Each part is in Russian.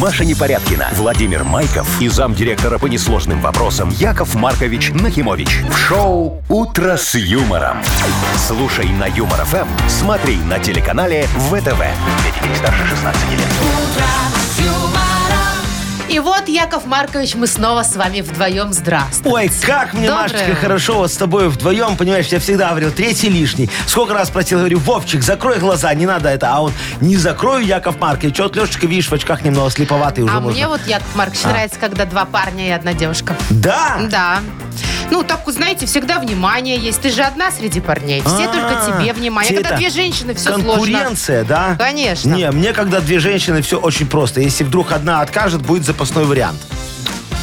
Маша Непорядкина, Владимир Майков и замдиректора по несложным вопросам Яков Маркович Нахимович. В шоу «Утро с юмором». Слушай на Юмор ФМ, смотри на телеканале ВТВ. детей старше 16 лет. И вот, Яков Маркович, мы снова с вами вдвоем. Здравствуй. Ой, как мне, Доброе. Машечка, хорошо вот с тобой вдвоем, понимаешь, я всегда говорил, третий лишний. Сколько раз просил, говорю, Вовчик, закрой глаза, не надо это. А он, не закрою, Яков Маркович. Вот Лешечка, видишь, в очках немного слеповатый уже А можно. А. мне вот, Яков Маркович, нравится, когда два парня и одна девушка. Да? Да. Ну, так, знаете, всегда внимание есть. Ты же одна среди парней. Все А, только тебе внимание. тебе Когда это две женщины, все сложно. Конкуренция, да? Конечно. Не, мне когда две женщины, все очень просто. Если вдруг одна откажет, будет запасной вариант.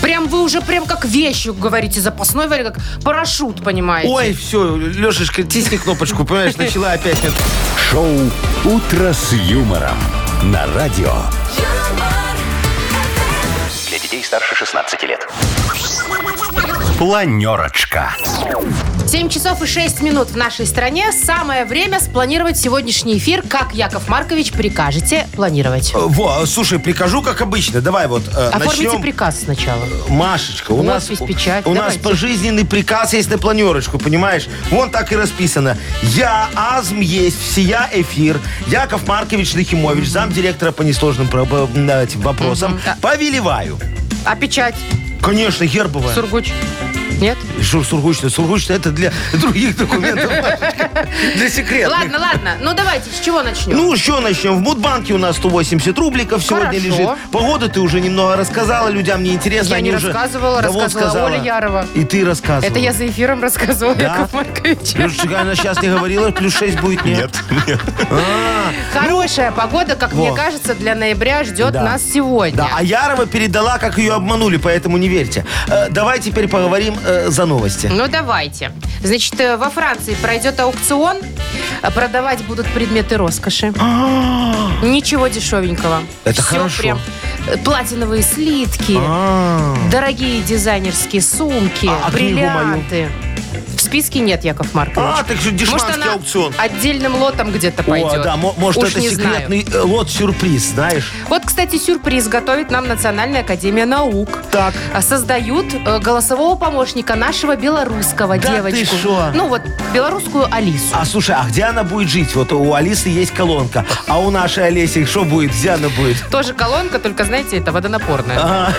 Прям вы уже прям как вещью говорите запасной вариант, как парашют, понимаете. Ой, все, Лешечка, тисни кнопочку, понимаешь, начала опять. это. Шоу «Утро с юмором» на радио. Для детей старше 16 лет. Планерочка. 7 часов и 6 минут в нашей стране. Самое время спланировать сегодняшний эфир, как Яков Маркович прикажете планировать. Э, Во, слушай, прикажу, как обычно. Давай вот э, Оформите начнем. приказ сначала. Машечка, у нас, Подпись, печать. у нас Давайте. пожизненный приказ есть на планерочку, понимаешь? Вон так и расписано. Я, Азм есть, всея эфир, Яков Маркович Нахимович, замдиректора по несложным про- б- м, да, этим вопросам, да. повелеваю. А печать? Конечно, гербовая. Сургуч? Нет? Что сургучная? Сургучная это для других документов, Машечка. Для секретных. Ладно, ладно. Ну давайте, с чего начнем? Ну, еще начнем. В Мудбанке у нас 180 рубликов сегодня Хорошо. лежит. Погода ты уже немного рассказала, людям неинтересно. Я они не уже... рассказывала, Да вот рассказывала сказала. Оля Ярова. И ты рассказывала. Это я за эфиром рассказывала Да? Ну, Яков Маркович. Лешечка, она сейчас не говорила, плюс 6 будет, нет? Хорошая погода, как мне во. кажется, для ноября ждет Да. нас сегодня. Да, а Ярова передала, как ее обманули, поэтому не верьте. Э, давай теперь поговорим э, за новости. Ну, давайте. Значит, э, во Франции пройдет аукцион. а Продавать будут предметы роскоши. Ну. Ничего дешевенького. А. Это Всё хорошо. прям, э, платиновые слитки, А, дорогие дизайнерские сумки, А, а книгу бриллианты. В списке нет, Яков Маркович. А, так что Может, дешманский она аукцион. отдельным лотом где-то пойдет. О, да, мо- может, Уж это не знаю. секретный э, лот-сюрприз, знаешь? Вот, кстати, сюрприз готовит нам Национальная Академия Наук. Так. А Создают э, голосового помощника нашего белорусского Да девочку. ты шо? Ну вот, белорусскую Алису. А слушай, а где она будет жить? Вот у Алисы есть колонка, а у нашей Олеси что будет? Где она будет? Тоже колонка, только, знаете, это водонапорная. А,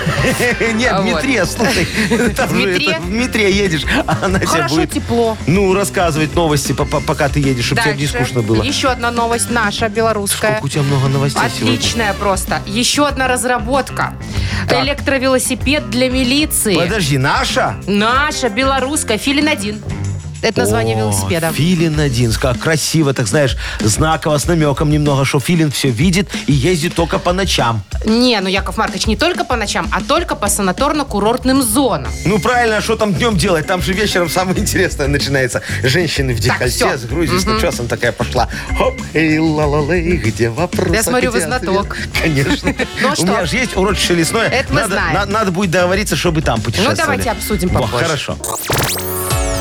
Нет, А в метре, слушай. там же Метре? это, В метре едешь, а она тебе Хорошо, будет... тепло. Ну, рассказывать новости, по- по- пока ты едешь, чтобы тебе не Дальше. скучно было. Еще одна новость наша, белорусская. Сколько у тебя много новостей сегодня. Отличная просто. Еще одна разработка. Так. Электровелосипед для милиции. Подожди, наша? Наша, белорусская, филин один. Это название О, велосипеда. Филин один. Как красиво, так знаешь, знаково, с намеком немного, что Филин все видит и ездит только по ночам. Не, ну, Яков Маркович, не только по ночам, а только по санаторно-курортным зонам. Ну правильно, а что там днем делать? Там же вечером самое интересное начинается. Женщины в всё. декольте с грузистым чесом такая пошла. Хоп, эй, ла ла лей, где вопрос? Я смотрю, а вы где ответ? знаток. Конечно. Ну, а У что? меня же есть урочище лесное. Это мы Надо- знаем. Ну, на- Надо будет договориться, чтобы там путешествовали. давайте обсудим Во, попозже. Хорошо.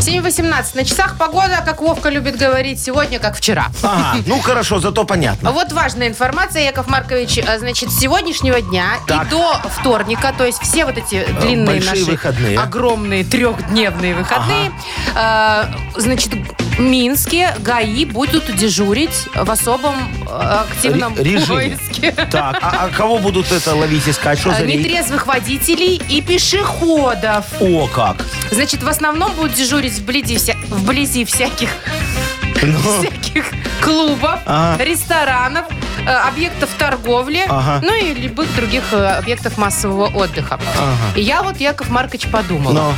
7.18 на часах. Погода, как Вовка любит говорить, сегодня как вчера. Ага, ну хорошо, зато А понятно. Вот важная информация, Яков Маркович. А, Значит, с сегодняшнего дня Так. Э, и до вторника, то есть все вот эти длинные большие наши выходные. огромные трехдневные выходные, э, значит, Минские ГАИ будут дежурить в особом э, активном Ре- режиме. поиске. Так, а, а кого будут это ловить, искать? Что Э, за рейд? Нетрезвых водителей и пешеходов. О, как. Значит, в основном будут дежурить вблизи, вся- вблизи всяких, Ну, всяких клубов, Ага. ресторанов, э, объектов торговли, Ага. ну и любых других э, объектов массового отдыха. Ага. И я вот, Яков Маркович, подумала. Но.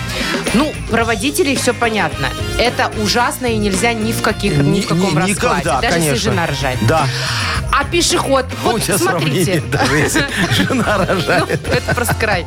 Ну, про водителей все понятно. Это ужасно и нельзя ни в, каких, ни, Ни- в каком ни- раскладе. даже никогда, конечно. если жена рожает. Да. А пешеход, У вот тебя смотрите. сравнение, даже если жена Ну, рожает. это просто край.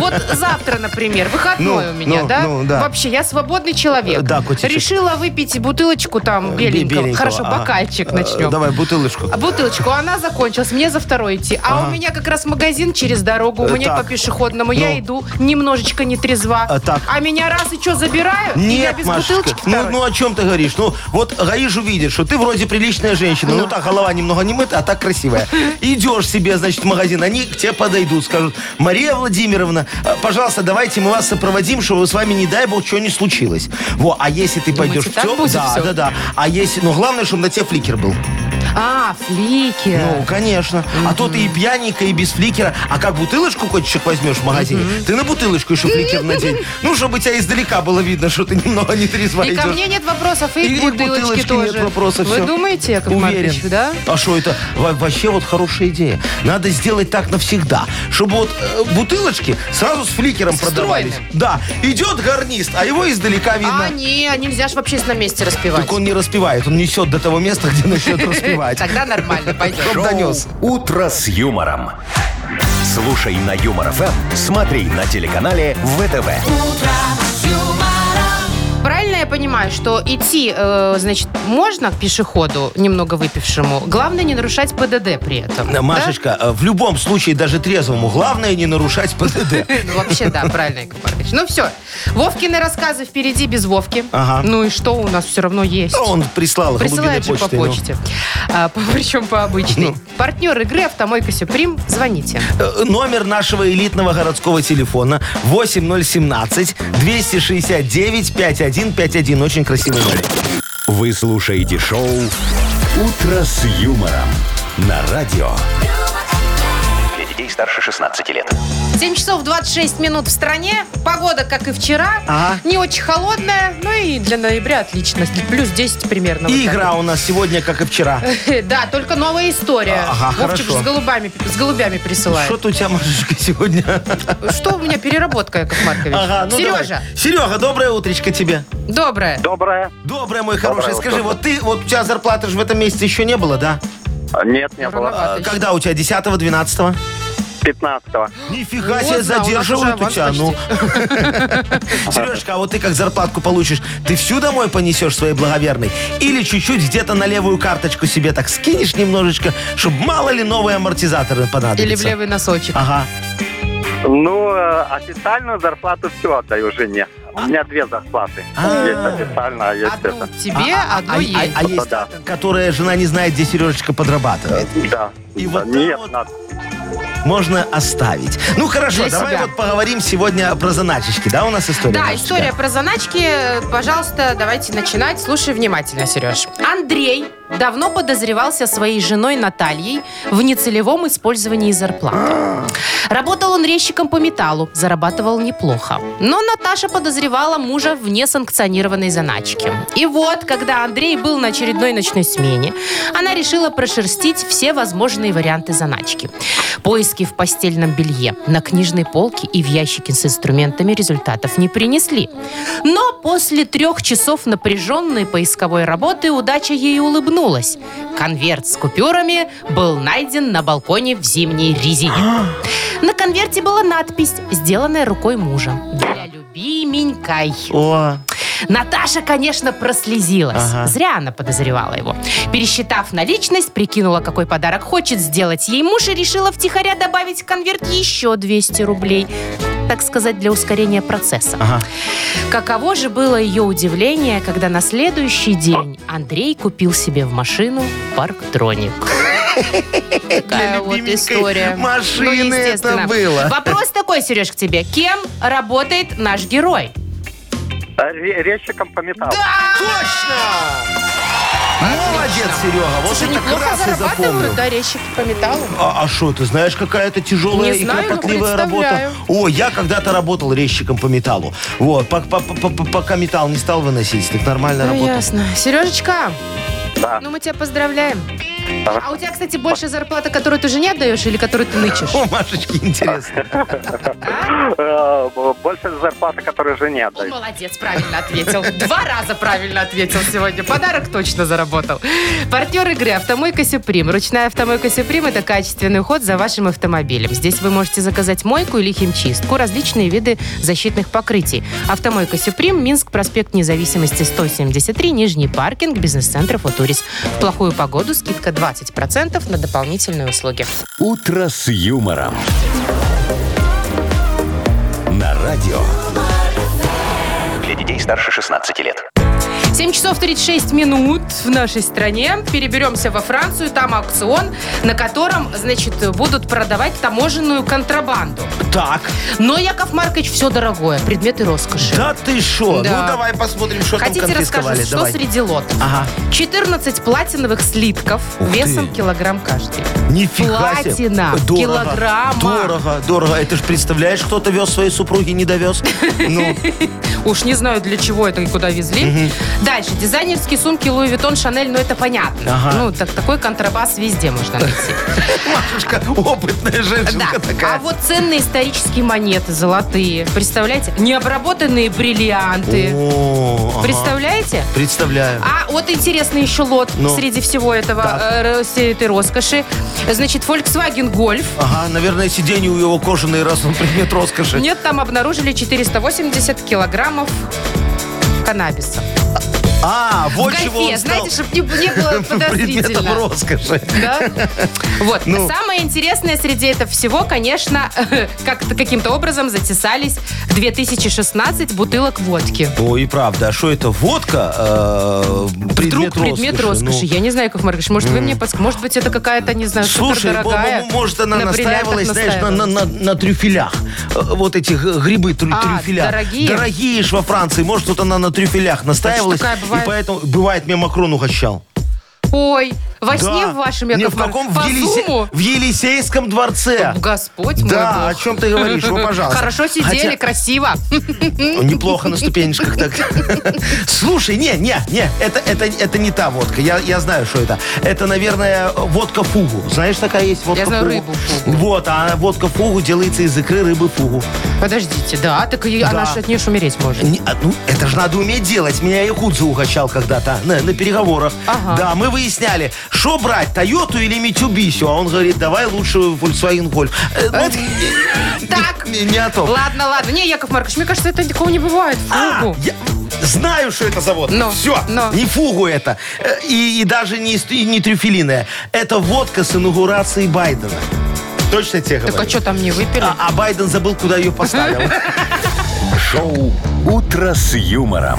Вот завтра, например, выходной Ну, у меня, ну, да? ну, да. Вообще, я свободный человек. Э, да, котичек. Решила выпить бутылочку там Бе- беленького. беленького, Хорошо, ага. бокальчик Э, начнем. Давай бутылочку. А Бутылочку поездку, она закончилась, мне за второй идти. А у меня как раз магазин через дорогу, у Э, меня так. по пешеходному. Я Ну. иду немножечко не трезва. А, так. А меня раз и что, забирают? и я Нет, без Машечка, бутылочки ну, второй. ну о чем ты говоришь? Ну вот Гаиш увидит, что ты вроде приличная женщина, ну, так голова немного не мыта, а так красивая. Идешь себе, значит, в магазин, они к тебе подойдут, скажут, Мария Владимировна, а, пожалуйста, давайте мы вас сопроводим, чтобы с вами, не дай бог, что не случилось. Во, а если ты Думаете, пойдешь в так тем, будет да, всё? да, да. А если, ну главное, чтобы на тебе фликер был. А, флики. Ну, конечно. А то ты и пьяненькая, и без фликера. А как бутылочку котичек возьмешь в магазине, ты на бутылочку еще фликер надень. Ну, чтобы тебя издалека было видно, что ты немного не трезво и Ну, идешь. ко мне нет вопросов, и, И к к бутылочке, бутылочке тоже. нет вопросов, Вы всё. думаете, Яков Уверен. Маркович, да? А что это? Во- Вообще вот хорошая идея. Надо сделать так навсегда, чтобы вот э, бутылочки сразу с фликером продавались. Да. Идет гарнист, а его издалека видно. А, не, нельзя же в общественном месте распивать. Так он не распевает, он несет до того места, где начнет распевать. Тогда нормально пойдет. Чтоб донес. «Утро с юмором». Слушай на Юмор ФМ, смотри на телеканале ВТВ. Правильно я понимаю, что идти, э, значит, можно к пешеходу, немного выпившему. Главное не нарушать ПДД при этом. Да, Машечка, э, в любом случае, даже трезвому, главное не нарушать ПДД. да? Ну, вообще, да, правильно, Яков Маркович. Ну, все. Вовкины рассказы впереди без Вовки. Ага. Ну и что у нас все равно есть? Он прислал Присылает же голубиной по почтой, ну. почте. А, по- причем по обычной. Партнер игры «Автомойка Сюприм». Звоните. Э, Номер нашего элитного городского телефона 8017-269-5151. Очень красивый номер. Вы слушаете шоу «Утро с юмором» на радио. Для детей старше 16 лет. 7 часов 26 минут в стране. Погода, как и вчера, Ага. не очень холодная. Ну и для ноября отлично. Плюс 10 примерно. вот И так игра у нас сегодня, как и вчера. вот. Да, только новая история. А, Ага, Вовчик хорошо. с голубями, с голубями Что присылает. тут у тебя, Машечка, сегодня? Что у меня переработка, Яков Маркович? Ага, ну давай. Сережа, Серега, доброе утречко тебе. доброе. Доброе. Доброе, мой хороший. Доброе Скажи, утро. вот ты, вот у тебя зарплаты же в этом месяце еще не было, да? Нет, не было. А, Когда у тебя? 10-го, 12-го? 15-го. Нифига Ну, Вот себе, знал, задерживают у у нас уже тебя, аванс ну. Сережка, а вот ты как зарплатку получишь, ты всю домой понесешь своей благоверной? Или чуть-чуть где-то на левую карточку себе так скинешь немножечко, чтобы мало ли новые амортизаторы понадобятся? Или в левый носочек. Ага. Ну, э, официальную зарплату все отдаю жене. У меня две зарплаты. А. Есть официальная, а есть Одну это. тебе, А- а- одну а- ей. А, а есть Да. которая жена не знает, где Сережечка подрабатывает. Да. И Да, вот там Нет, вот- надо. Можно оставить. Ну хорошо, Для давай себя. вот поговорим сегодня про заначечки. Да, у нас история? Да, Машечка? история про заначки. Пожалуйста, давайте начинать. Слушай внимательно, Сереж. Андрей давно подозревался своей женой Натальей в нецелевом использовании зарплаты. Работал он резчиком по металлу, зарабатывал неплохо. Но Наташа подозревала мужа в несанкционированной заначке. И вот, когда Андрей был на очередной ночной смене, она решила прошерстить все возможные варианты заначки. Поиски в постельном белье, на книжной полке и в ящике с инструментами результатов не принесли. Но после трех часов напряженной поисковой работы удача ей улыбнулась. Конверт с купюрами был найден на балконе в зимней резине. На конверте была надпись, сделанная рукой мужа. «Для любименькой». О, Наташа, конечно, прослезилась. Ага. Зря она подозревала его. Пересчитав наличность, прикинула, какой подарок хочет сделать ей муж и решила втихаря добавить в конверт еще 200 рублей. Так сказать, для ускорения процесса. ага. Каково же было ее удивление, когда на следующий день Андрей купил себе в машину парктроник. Такая вот любименькой история. машины Ну, это естественно. было. Вопрос такой, Сереж, к тебе. Кем работает наш герой? Э, ре- Резчиком по металлу. Точно! Молодец, Серега. Вот Слушай, это неплохо раз и запомнил. зарабатывают, да, резчики по металлу. А что, ты знаешь, какая это тяжелая Не и знаю, но кропотливая представляю. работа? О, я когда-то работал резчиком по металлу. Вот, пок- по- по- по- пока металл не стал выносить, так нормально Ну, работал. ясно. Сережечка, Да. ну мы тебя поздравляем. Да. А у тебя, кстати, больше зарплата, которую ты жене отдаешь или которую ты нычешь? О, Машечке интересно. Э, б- Больше зарплаты, которую жене О, отдаю. Молодец, правильно ответил. Два раза правильно ответил сегодня. Подарок точно заработал. Партнер игры «Автомойка Сюприм». Ручная «Автомойка Сюприм» — это качественный уход за вашим автомобилем. Здесь вы можете заказать мойку или химчистку, различные виды защитных покрытий. «Автомойка Сюприм», Минск, проспект Независимости, 173, Нижний паркинг, бизнес-центр «Футурис». В плохую погоду скидка 20% на дополнительные услуги. «Утро с юмором». На радио. Для детей старше 16 лет. 7 часов 36 минут в нашей стране. Переберемся во Францию. Там аукцион, на котором, значит, будут продавать таможенную контрабанду. Так. Но, Яков Маркович, все дорогое. Предметы роскоши. Да ты шо? Да. Ну давай посмотрим, что Хотите, там конфисковали. расскажу, что давай. среди лотов? Ага. 14 платиновых слитков Ух ты. весом килограмм каждый. Нифига себе. Платина. Дорого. Килограмма. Дорого, дорого. Это ж представляешь, кто-то вез своей супруги, не довез. Ну, Уж не знаю, для чего это и куда везли. Дальше. Дизайнерские сумки Louis Vuitton, Шанель, ну это понятно. Ага. Ну, так, такой контрабас везде можно найти. Машечка, опытная Да. женщинка А Ну, такая. вот ценные исторические монеты золотые. Представляете? Необработанные бриллианты. О, ага. Представляете? Представляю. А вот интересный еще лот Ну. среди всего этого, Так. э, всей этой роскоши. Значит, Volkswagen Golf. Ага, наверное, сиденье у его кожаные, раз он предмет роскоши. Нет, там обнаружили 480 килограммов каннабиса. А, вот В чего он гольфе, стал знаете, чтобы не, не было предметом подозрительно. роскоши. Да? Вот. Ну. Самое интересное среди этого всего, конечно, как-то каким-то образом затесались 2016 бутылок водки. О, и правда, а что это, водка? э, Вдруг предмет предмет роскоши. роскоши. Ну, Я не знаю, как Маркович, может, вы мне подскажете. Может быть, это какая-то, не знаю, Слушай, бо- супердорогая. бо- может, она на настаивалась, бриллиантах знаешь, на, на- настаивалась. на- на трюфелях. Э, Вот эти г- грибы трю- А, трюфеля. дорогие? Дорогие ж во Франции. Может, вот она на трюфелях настаивалась. такая бывает? И поэтому, бывает, мне Макрон угощал. Ой, во сне Да. в вашем, Не, Яков в каком? В, Маркович, по Елисе- Зуму? в Елисейском дворце. Господь мой Да, бог. о чем ты говоришь? Ну, пожалуйста. Хорошо сидели, Хотя- красиво. Хм, Неплохо на ступенечках так. Слушай, не, не, не, это, это, это не та водка. Я, я знаю, что это. Это, наверное, водка фугу. Знаешь, такая есть водка Я знаю фугу? рыбу фугу. Вот, а водка фугу делается из икры рыбы фугу. Подождите, да, так и она Да. же от нее ж умереть может. Не, а, ну, это же надо уметь делать. Меня Якудза угощал когда-то на, на переговорах. Ага. Да, мы выясняли, что брать, Тойоту или Митюбисю. А он говорит, давай лучше Volkswagen Golf. Э, ну, Э, не- Так. Не, не о том. Ладно, ладно. Не, Яков Маркович, мне кажется, это такого не бывает. А, Фугу. я знаю, что это завод. Ну, Все, ну. не фугу это. Э, И, и даже не, ис- и не трюфелиная. Это водка с инаугурацией Байдена. Точно тебе Так а говорю? что там не выпили? А, а Байден забыл, куда ее поставил. Шоу «Утро с юмором».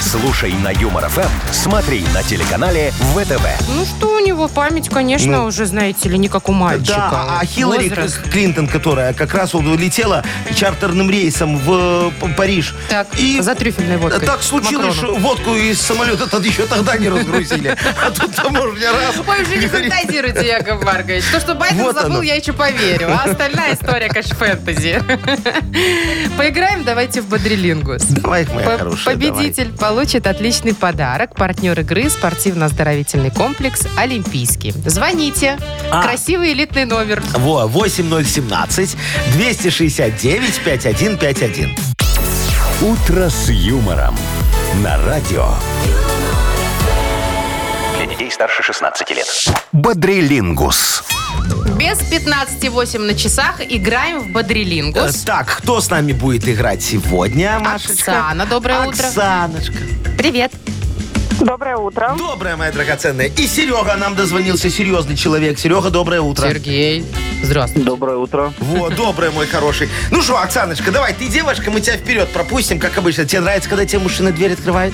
Слушай на Юмор ФМ, смотри на телеканале ВТВ. Ну что у него, память, конечно, уже, знаете ли, не как у мальчика. Ну. Да, а Хиллари Возраст. К- Клинтон, которая как раз вот летела чартерным рейсом в э, П- Париж. Так, за трюфельной водкой. Так случилось, Макроном. что водку из самолета тот еще тогда не разгрузили. А тут таможня раз. Ой, уже не фантазируйте, Яков Маркович. То, что Байден Вот забыл, оно. я еще поверю. А остальная история, конечно, фэнтези. Поиграем давайте в Бодрилингус. Давай, моя По- хорошая, давай. Победитель получит отличный подарок. Партнер игры – спортивно-оздоровительный комплекс «Олимпийский». Звоните. А. Красивый элитный номер. Во, 8017 269 5151. «Утро с юмором» на радио. Для детей старше 16 лет. Бодрилингус. Без 15,8 на часах играем в Бодрилингус. Э, Так, кто с нами будет играть сегодня, Машечка? Оксана, доброе утро. Оксаночка. Привет. Доброе утро. Доброе, моя драгоценная. И Серега нам дозвонился, серьезный человек. Серега, доброе утро. Сергей. Здравствуй. Доброе утро. Вот, доброе, мой хороший. Ну что, Оксаночка, давай, ты девушка, мы тебя вперед пропустим, как обычно. Тебе нравится, когда тебе мужчина дверь открывает?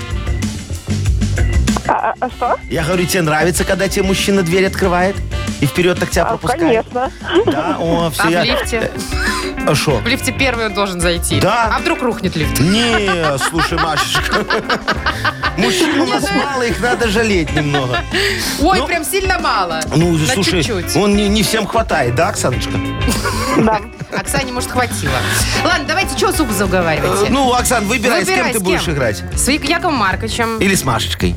А, а- а что? Я говорю, тебе нравится, когда тебе мужчина дверь открывает? И вперед так тебя А, пропускает? конечно. Да, о, все. А в я- лифте? А что? В лифте первый он должен зайти. Да. А вдруг рухнет лифт? Не, слушай, Машечка. Мужчин у нас мало, их надо жалеть немного. Ой, Ну. прям сильно мало. Ну, На слушай, чуть-чуть. он не, не всем хватает, да, Оксаночка? Да. Оксане, может, хватило. Ладно, давайте, чего зубы заговариваете? Ну, Оксан, выбирай, с Выбирай, кем ты будешь играть. С Вик- Яковом Марковичем. Или с Машечкой.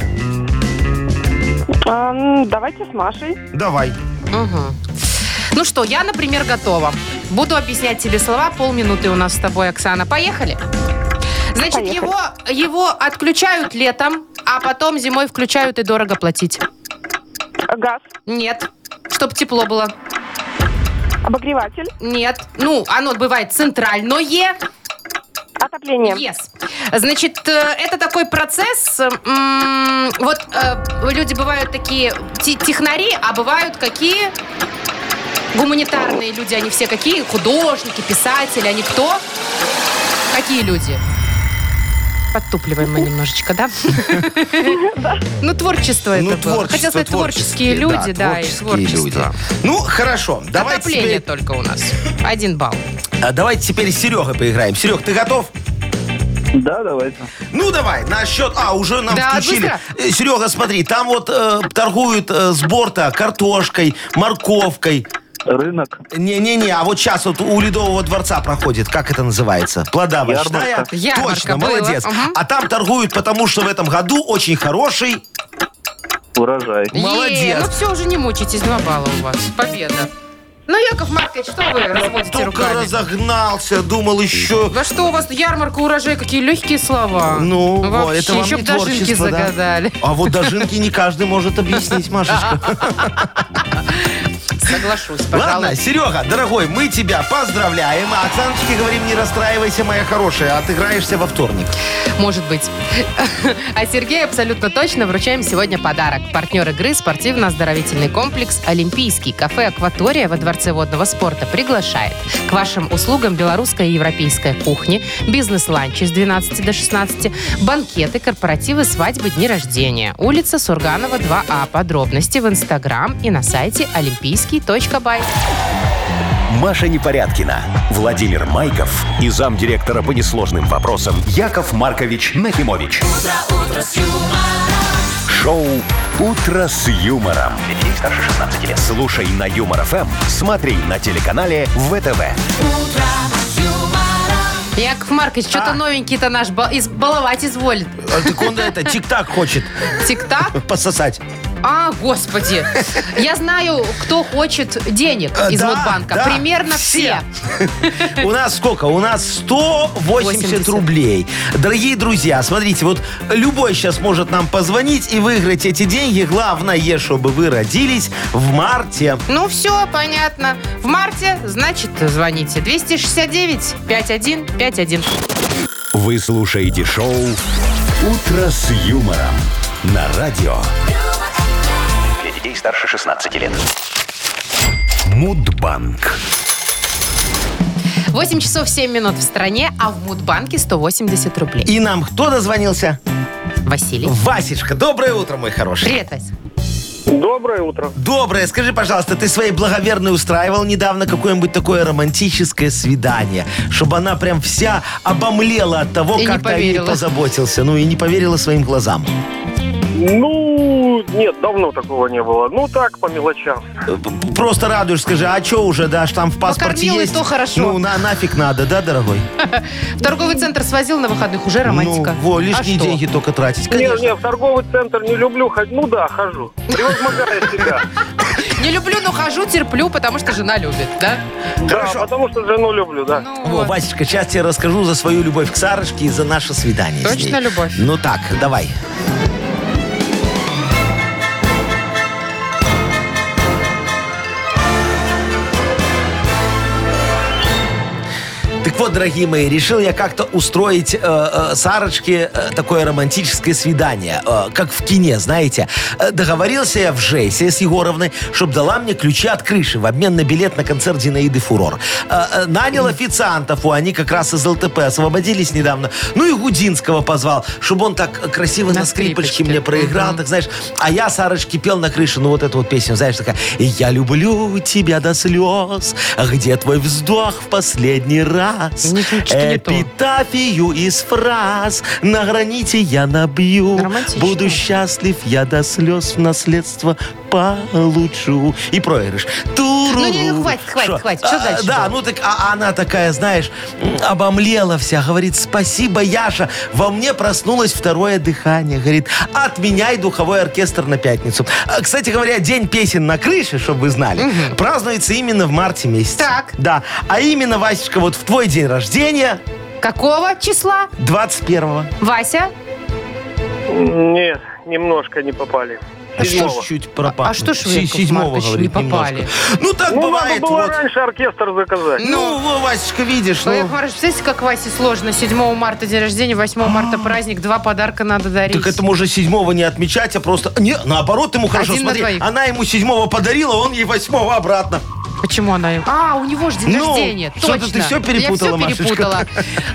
А, м, давайте с Машей. Давай. Мгм. Ну что, я, например, готова. Буду объяснять тебе слова. Полминуты у нас с тобой, Оксана. Поехали? Значит, Поехали. его, его отключают летом, а потом зимой включают и дорого платить. Газ. Нет. Чтоб тепло было. Обогреватель. Нет. Ну, оно бывает центральное. Отопление. Yes. Значит, э, это такой процесс. э, м, Вот э, люди бывают такие те- технари, а бывают какие гуманитарные люди. Они все какие? Художники, писатели, они кто? Какие люди? Подтупливаем мы немножечко, да? Ну, творчество это Ну, было. творчество, Хотел сказать творческие люди, да, и творческие люди. творчество. Ну, хорошо, давайте Отопление теперь, только у нас. Один балл. а, давайте теперь с Серегой поиграем. Серег, ты готов? Да, давайте. Ну давай, на счет... А, уже нам Да, включили. быстро. Э, Серега, смотри, там вот э, торгуют э, с борта картошкой, морковкой. Рынок. Не-не-не, а вот сейчас вот у Ледового дворца проходит, как это называется? Плода Ярмарка. овощная. Ярмарка Точно, была, молодец. ага. А там торгуют, потому что в этом году очень хороший... Урожай. Е, Молодец. ну все, уже не мучитесь, два балла у вас. Победа. Ну, Яков Маркович, что вы разводите Только руками? разогнался, думал еще... Да что у вас ярмарка, урожай, какие легкие слова. Ну, во, Вообще, это вам еще не б дожинки творчество, да? загадали. А вот дожинки не каждый может объяснить, Машечка. Соглашусь, Ладно, пожалуй. Серега, дорогой, мы тебя поздравляем. А Оксаночке говорим, не расстраивайся, моя хорошая, отыграешься во вторник. Может быть. А Сергею абсолютно точно вручаем сегодня подарок. Партнер игры – спортивно-оздоровительный комплекс «Олимпийский». Кафе «Акватория» во Дворце водного спорта приглашает. К вашим услугам белорусская и европейская кухни, бизнес-ланчи с 12 до 16, банкеты, корпоративы, свадьбы, дни рождения. Улица Сурганова, 2А. Подробности в Инстаграм и на сайте олимпийский.бай. Маша Непорядкина, Владимир Майков и замдиректора по несложным вопросам Яков Маркович Нахимович. Шоу Утро с юмором. Для детей старше 16 лет. Слушай на юмор ФМ, смотри на телеканале ВТВ. Яков Маркович, что-то А. новенький-то наш ба- избаловать изволит. А, Так он это, тик-так хочет Тик-так? пососать. А, господи. Я знаю, кто хочет денег Э, из да, Мудбанка. да, Примерно все. У нас сколько? У нас 180 80. рублей. Дорогие друзья, смотрите, вот любой сейчас может нам позвонить и выиграть эти деньги. Главное, чтобы вы родились в марте. Ну все, понятно. В марте, значит, звоните. 269-5151. Вы слушаете шоу Утро с юмором на радио Для детей старше 16 лет. Мудбанк. 8 часов 7 минут в стране, а в Мудбанке 180 рублей. И нам кто дозвонился? Василий. Васечка. Доброе утро, мой хороший. Привет, Вась. Доброе утро. Доброе. Скажи, пожалуйста, ты своей благоверной устраивал недавно какое-нибудь такое романтическое свидание, чтобы она прям вся обомлела от того, И не как ты о ней поверила. позаботился, ну и не поверила своим глазам. Ну, нет, давно такого не было. Ну так, по мелочам. Э, Просто радуешь, скажи, а что уже, да, аж там в паспорте Покормил, и есть? то хорошо. Ну, на, нафиг надо, да, дорогой? В торговый центр свозил на выходных, уже романтика. Ну, во, А лишние что? деньги только тратить, Не, конечно. не, в торговый центр не люблю ходить. Ну да, хожу. Превозмогая себя. Не люблю, но хожу, терплю, потому что жена любит, да? Да, потому что жену люблю, да. Ну Во, вот. Васечка, сейчас тебе расскажу за свою любовь к Сарочке и за наше свидание. с Точно ней. любовь? Ну так, давай. Так вот, дорогие мои, решил я как-то устроить э, э, Сарочке э, такое романтическое свидание, э, как в кине, знаете. Э, договорился я в Жейсе с Егоровной, чтобы дала мне ключи от крыши в обмен на билет на концерт Динаиды Фурор. Э, э, нанял официантов, о, они как раз из ЛТП освободились недавно. Ну и Гудинского позвал, чтобы он так красиво на, На скрипочке, скрипочке. мне проиграл, Мгм. так знаешь. А я, Сарочке, пел на крыше, ну вот эту вот песню, знаешь, такая «Я люблю тебя до слез, а где твой вздох в последний раз?» Не, что-то Ну, не то. Эпитафию из фраз на граните я набью. Романтично. Буду счастлив, я до слез в наследство получу. И проигрыш. Туру. Ну, не, ну, хватит, хватит, хватит. Что дальше Да, было? ну так а она такая, знаешь, м, обомлела вся, говорит, спасибо, Яша, во мне проснулось второе дыхание. Говорит, отменяй духовой оркестр на пятницу. А, Кстати говоря, день песен на крыше, чтобы вы знали, празднуется именно в марте месяце. Так. Да, а именно, Васечка, вот в твой день рождения, Какого числа? 21-го. Вася? Нет, немножко не попали. ну. А что ж Седьмого. чуть пропал? А что ж вы, Се- Яков Седьмого, Маркович, говорит, не попали? немножко. Ну, так Ну, надо бывает. было вот. раньше оркестр заказать. Ну, во, Васечка, видишь, Ну, ну. Яков Маркович, представляете, как Васе сложно. 7 марта день рождения, 8 марта праздник, два подарка надо дарить. Так это можно седьмого не отмечать, а просто... Не, наоборот, ему хорошо. Один на Смотри, двоих. она ему седьмого подарила, он ей восьмого обратно. Почему она... им- А, у него же день Ну, рождения. что-то Точно. ты всё Я перепутала, все Машечка. перепутала.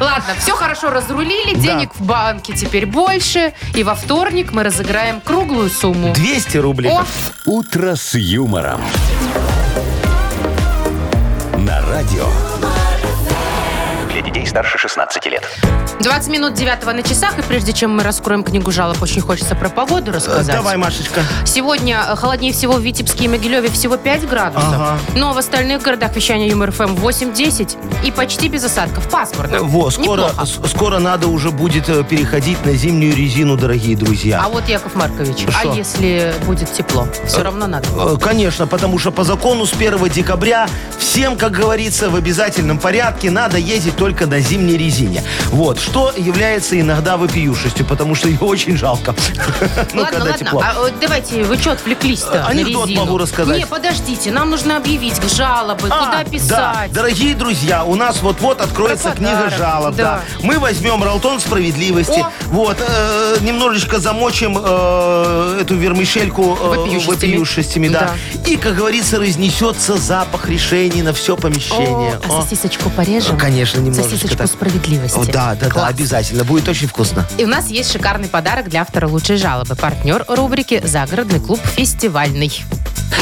Ладно, все хорошо разрулили, денег в банке теперь больше. И во вторник мы разыграем круглую сумму. 200 рублей. Э, О, «Утро с юмором». На радио. Для детей старше 16 лет. 20 минут 9 на часах, и прежде чем мы раскроем книгу жалоб, очень хочется про погоду Э, рассказать. Давай, Машечка. Сегодня э, холоднее всего в Витебске и Могилеве всего 5 градусов. Ага. Но в остальных городах вещания Юмор ФМ 8-10 и почти без осадков. Пасмурно. Э, Во, скоро, Неплохо. с- скоро надо уже будет э, переходить на зимнюю резину, дорогие друзья. А вот, Яков Маркович, а Ну Что? если будет тепло? Все равно надо. Э, Конечно, потому что по закону с 1 декабря всем, как говорится, в обязательном порядке надо ездить только на зимней резине. Вот, что является иногда вопиюшестью, потому что ее очень жалко. Ну, ладно, когда ладно. тепло. А, э, давайте, вы что отвлеклись-то? на Анекдот резину? могу рассказать. Не, подождите, нам нужно объявить жалобы, А, куда писать. Да. Дорогие друзья, у нас вот-вот откроется Про книга подарок, жалоб. да. Да. Мы возьмем Ралтон справедливости. О! Вот, э, немножечко замочим э, эту вермишельку э, Вопиющестями. вопиющестями, да. И, как говорится, разнесется запах решений на все помещение. О, а сосисочку порежем? Э, конечно, немножечко Сосисочку так. справедливости. О, да, да, да, Класс. обязательно. Будет очень вкусно. И у нас есть шикарный подарок для автора лучшей жалобы. Партнер рубрики «Загородный клуб фестивальный».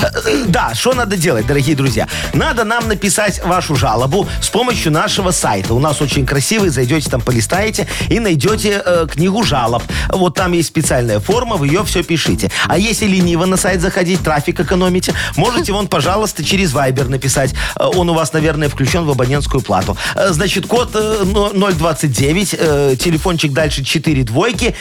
Э, Да, что надо делать, дорогие друзья? Надо нам написать вашу жалобу с помощью нашего сайта. У нас очень красивый, зайдете там, полистаете и найдете э, книгу жалоб. Вот там есть специальная форма, вы ее все пишите. А если лениво на сайт заходить, трафик экономите, можете вон, пожалуйста, через Viber написать. Э, Он у вас, наверное, включен в абонентскую плату. Э, Значит, код э, но- 029, э, телефончик дальше 4 двойки,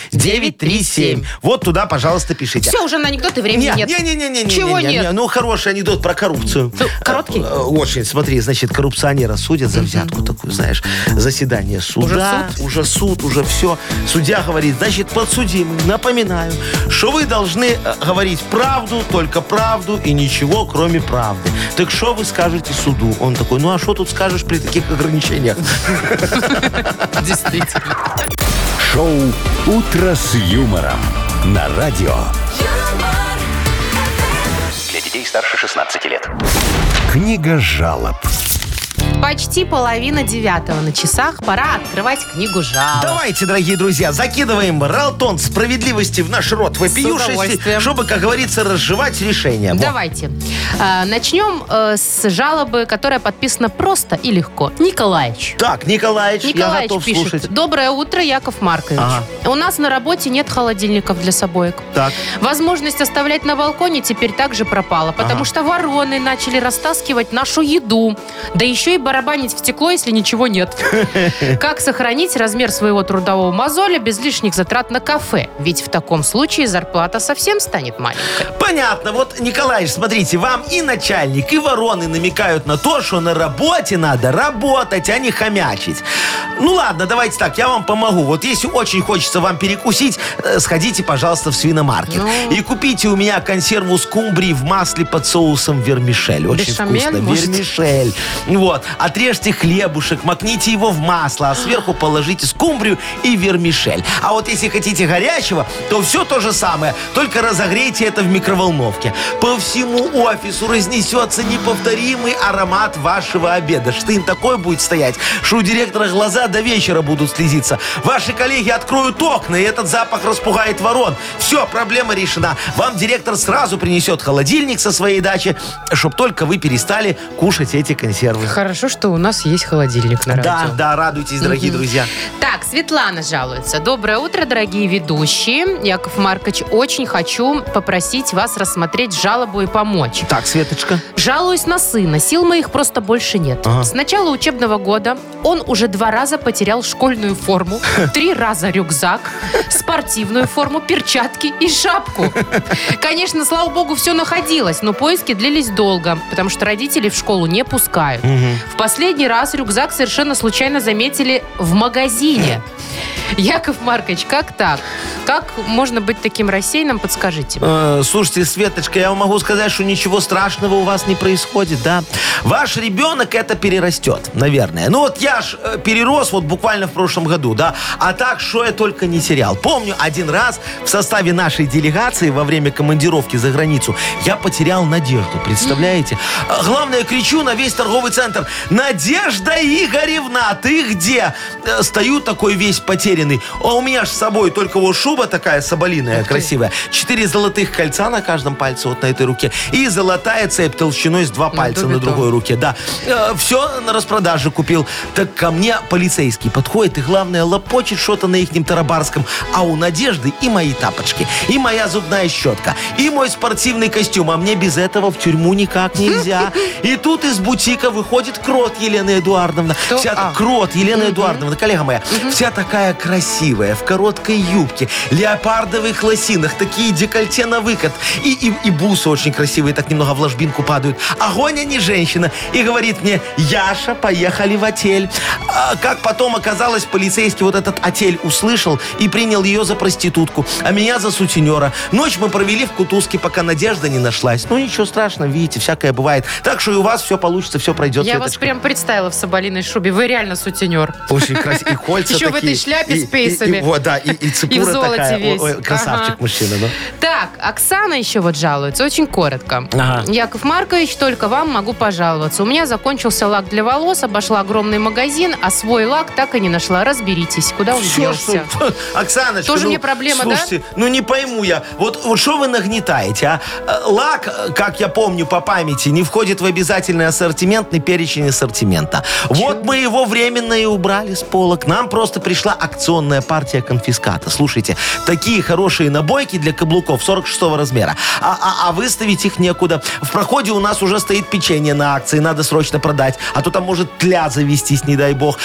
937. Вот туда, пожалуйста, пишите. Все, уже на анекдоты времени нет. Не, не, не, не, не, Чего не, не, нет? не. Ну, хороший анекдот про коррупцию. Ну, короткий? Э, э, Очень. Смотри, значит, коррупционера судят за взятку такую, знаешь, заседание суда. Уже суд? Уже все. Судья говорит, значит, подсудимый, напоминаю, что вы должны э, говорить правду, только правду и ничего, кроме правды. Так что вы скажете суду? Он такой, ну а что тут скажешь при таких ограничениях? Шоу «Утро с юмором». На радио. юмор, Для детей старше 16 лет. Книга жалоб. Почти половина девятого на часах. Пора открывать книгу жалоб. Давайте, дорогие друзья, закидываем ралтон справедливости в наш рот вопиюшести, удовольствием. чтобы, как говорится, разжевать решение. Во. Давайте. А, Начнем э, с жалобы, которая подписана просто и легко. Николаевич. Так, Николаевич, я Николаевич готов пишет. слушать. Доброе утро, Яков Маркович. Ага. У нас на работе нет холодильников для собоек. Так, Возможность оставлять на балконе теперь также пропала, потому Ага. что вороны начали растаскивать нашу еду, да еще и барабанить в стекло, если ничего нет. Как сохранить размер своего трудового мозоля без лишних затрат на кафе? Ведь в таком случае зарплата совсем станет маленькой. понятно. Вот, Николаевич, смотрите, вам и начальник, и вороны намекают на то, что на работе надо работать, а не хомячить. Ну ладно, давайте так, я вам помогу. Вот если очень хочется вам перекусить, э, сходите, пожалуйста, в свиномаркет. Ну. И купите у меня консерву скумбрии в масле под соусом вермишель. Очень Бешамель, вкусно. может? Вермишель. Вот. Отрежьте хлебушек, макните его в масло, а сверху положите скумбрию и вермишель. А вот если хотите горячего, то все то же самое, только разогрейте это в микроволновке. По всему офису разнесется неповторимый аромат вашего обеда. Штын такой будет стоять, что у директора глаза до вечера будут слезиться. Ваши коллеги откроют окна, и этот запах распугает ворон. Все, проблема решена. Вам директор сразу принесет холодильник со своей дачи, чтобы только вы перестали кушать эти консервы. Хорошо, что у нас есть холодильник на Да, да, радуйтесь, дорогие друзья. Так, Светлана жалуется. Доброе утро, дорогие ведущие. Яков Маркович, очень хочу попросить вас рассмотреть жалобу и помочь. Так, Светочка. Жалуюсь на сына, сил моих просто больше нет. Ага. С начала учебного года он уже два раза потерял школьную форму, три раза рюкзак, спортивную форму, перчатки и шапку. Конечно, слава богу, все находилось, но поиски длились долго, потому что родители в школу не пускают. В последний раз рюкзак совершенно случайно заметили в магазине. Яков Маркович, как так? Как можно быть таким рассеянным, подскажите. Э, Слушайте, Светочка, я вам могу сказать, что ничего страшного у вас не происходит, да? Ваш ребенок это перерастет, наверное. Ну вот я ж э, перерос вот буквально в прошлом году, да? А так, что я только не терял. Помню, один раз в составе нашей делегации во время командировки за границу я потерял надежду, представляете? Э, Главное, кричу на весь торговый центр. Надежда Игоревна, а ты где? Э, Стою такой весь потерянный. А у меня ж с собой только вот шуба такая соболиная, красивая. Четыре золотых кольца на каждом пальце вот на этой руке. И золотая цепь толщиной с два пальца на беда. другой руке. Да. Все на распродаже купил. Так ко мне полицейский подходит и, главное, лопочет что-то на их тарабарском. А у Надежды и мои тапочки, и моя зубная щетка, и мой спортивный костюм. А мне без этого в тюрьму никак нельзя. И тут из бутика выходит крот Елена Эдуардовна. Кто? Вся А. крот Елена Эдуардовна, коллега моя, вся такая красивая, в короткой юбке, леопардовых лосинах, такие декольте на выкат. И, и, и бусы очень красивые, так немного в ложбинку падают. Огонь, а не женщина. И говорит мне, Яша, поехали в отель. А как потом оказалось, полицейский вот этот отель услышал и принял ее за проститутку, а меня за сутенера. Ночь мы провели в Кутузке, пока Надежда не нашлась. Ну, ничего страшного, видите, всякое бывает. Так что и у вас все получится, все пройдет. Я вас Светочка. прям представила в соболиной шубе. Вы реально сутенер. Очень красиво. И кольца Еще в такие, этой шляпе и- с и- пейсами. И, вот, да, и, и цепура И в золоте такая. весь. Ой, ой, красавчик Ага. мужчина, ну. да? Так, Оксана еще вот жалуется, очень коротко. Ага. Яков Маркович, только вам могу пожаловаться. У меня закончился лак для волос, обошла огромный магазин, а свой лак так и не нашла. Разберитесь, куда он Всё, делся. что ли? Оксаночка, Тоже ну, мне проблема, да? слушайте, ну не пойму я. Вот вот что вы нагнетаете, а? Э, Лак, э, как я помню по памяти, не входит в обязательный ассортиментный перечень ассортимента. Вот мы его временно и убрали с полок. Нам просто пришла акционная партия конфиската. Слушайте, такие хорошие набойки для каблуков 46 размера. А, а- а выставить их некуда. В проходе у нас уже стоит печенье на акции. Надо срочно продать. А то там может тля завестись, не дай бог.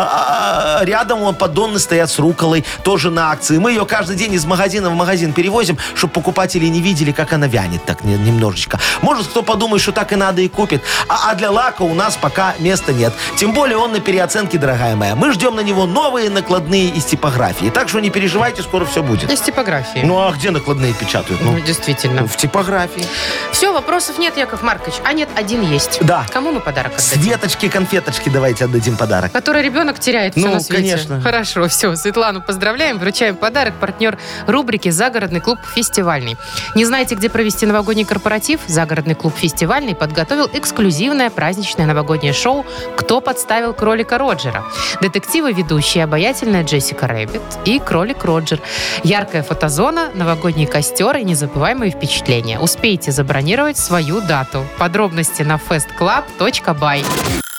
А- а- а рядом вон поддоны стоят с руколой, тоже на акции. Мы ее каждый день из магазина в магазин перевозим, чтобы покупатели не видели, как она вянет так не- немножечко. Может, кто подумает, что так и надо и купит. А, а для лака у нас пока места нет. Тем более он на переоценке, дорогая моя. Мы ждем на него новые накладные из типографии. Так что не переживайте, скоро все будет. Из типографии. Ну а где накладные печатают? Ну, Ну, действительно. в типографии. Все, вопросов нет, Яков Маркович. А нет, один есть. Да. Кому мы подарок отдадим? Светочки, конфеточки давайте отдадим подарок. Который ребенок теряет все Ну, на свете. конечно. Хорошо, все, Светлану поздравляем, вручаем подарок. Партнер рубрики «Загородный клуб фестивальный». Не знаете, где провести новогодний корпоратив? «Загородный клуб фестивальный» подготовил эксклюзивное праздничное новогоднее шоу «Кто подставил кролика Роджера?». Детективы ведущие обаятельная Джессика Рэббит и кролик Роджер. Яркая фотозона, новогодний костер и незабываемые впечатления. Успейте забронировать свою дату. Подробности на festclub.by.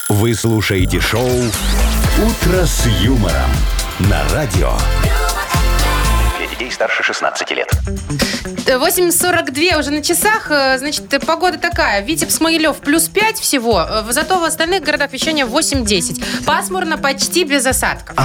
Вы слушаете шоу «Утро с юмором» на радио. Для детей старше 16 лет. 8.42 уже на часах. Э, Значит, э, погода такая. Витебс, Могилев плюс 5 всего. Э, Зато в остальных городах вещания 8.10. Пасмурно, почти без осадков.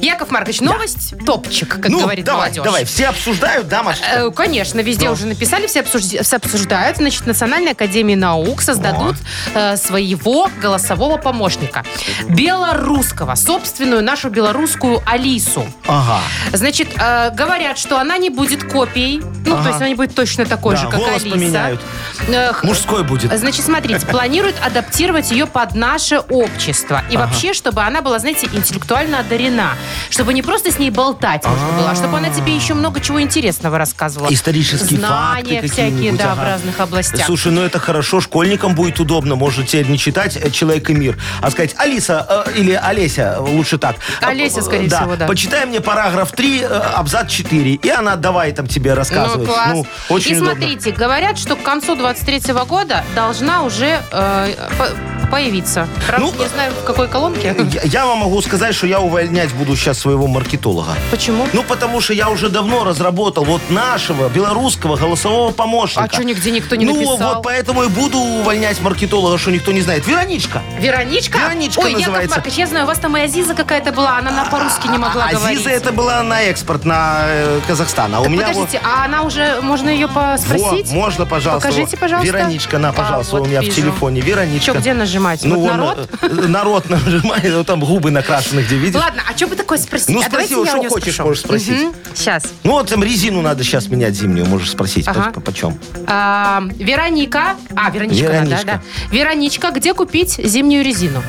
Яков Маркович, новость топчик, как ну, говорит давай, молодежь. давай, Ну. все обсуждают, да, Машечка? Э, Конечно, везде уже написали, все, обсужд- все обсуждают. Значит, Национальная академия наук создадут э, своего голосового помощника. Белорусского, собственную нашу белорусскую Алису. Ага. Значит, э, говорят, что она не будет копией. Ну, Ага. то есть она не будет точно такой Да, же, как голос Алиса. поменяют. Э, х- Мужской будет. Значит, смотрите, планируют адаптировать ее под наше общество. И вообще, чтобы она была, знаете, интеллектуально одарена. Чтобы не просто с ней болтать можно было, а чтобы она тебе еще много чего интересного рассказывала. Исторические Знания факты всякие, какие-нибудь, да, в ага. разных областях. Слушай, ну это хорошо, школьникам будет удобно. Может теперь не читать э, «Человек и мир», а сказать «Алиса» э, или «Олеся», э, лучше так. Олеся, Э, скорее всего, да. Почитай мне параграф 3, э, абзац 4, и она давай там тебе Ну, рассказывает. класс. очень И удобно. смотрите, говорят, что к концу 23 года должна уже э, по- появиться. Правда, Ну, не знаю, в какой колонке. Я, я вам могу сказать, что я увольнять буду сейчас своего маркетолога. Почему? Ну, потому что я уже давно разработал вот нашего белорусского голосового помощника. А что нигде никто не ну, написал? вот поэтому и буду увольнять маркетолога, что никто не знает. Вероничка. Вероничка? Вероничка Ой, Яков называется. А, Маркович, я знаю, у вас там и Азиза какая-то была, она на по-русски не могла Азиза говорить. это была на экспорт на э, Казахстан. А у Так меня вот- подождите, а она уже, можно ее Во, спросить? можно, пожалуйста. Покажите, вот. пожалуйста. Вероничка, на, А, пожалуйста, вот у меня вижу. в телефоне. Вероничка. Чё, где она нажимать? Ну, вот он, народ? э, народ нажимает, вот там губы накрашены, где видишь. Ладно, а что бы такое спросить? Ну, А спроси, давайте вот я что у него хочешь, спрошу. можешь спросить. Мгм, Сейчас. Ну, вот там резину надо сейчас менять зимнюю, можешь спросить, Ага. по- почем. А, Вероника. А, Вероничка, надо, Вероничка. да. Вероничка, где купить зимнюю резину?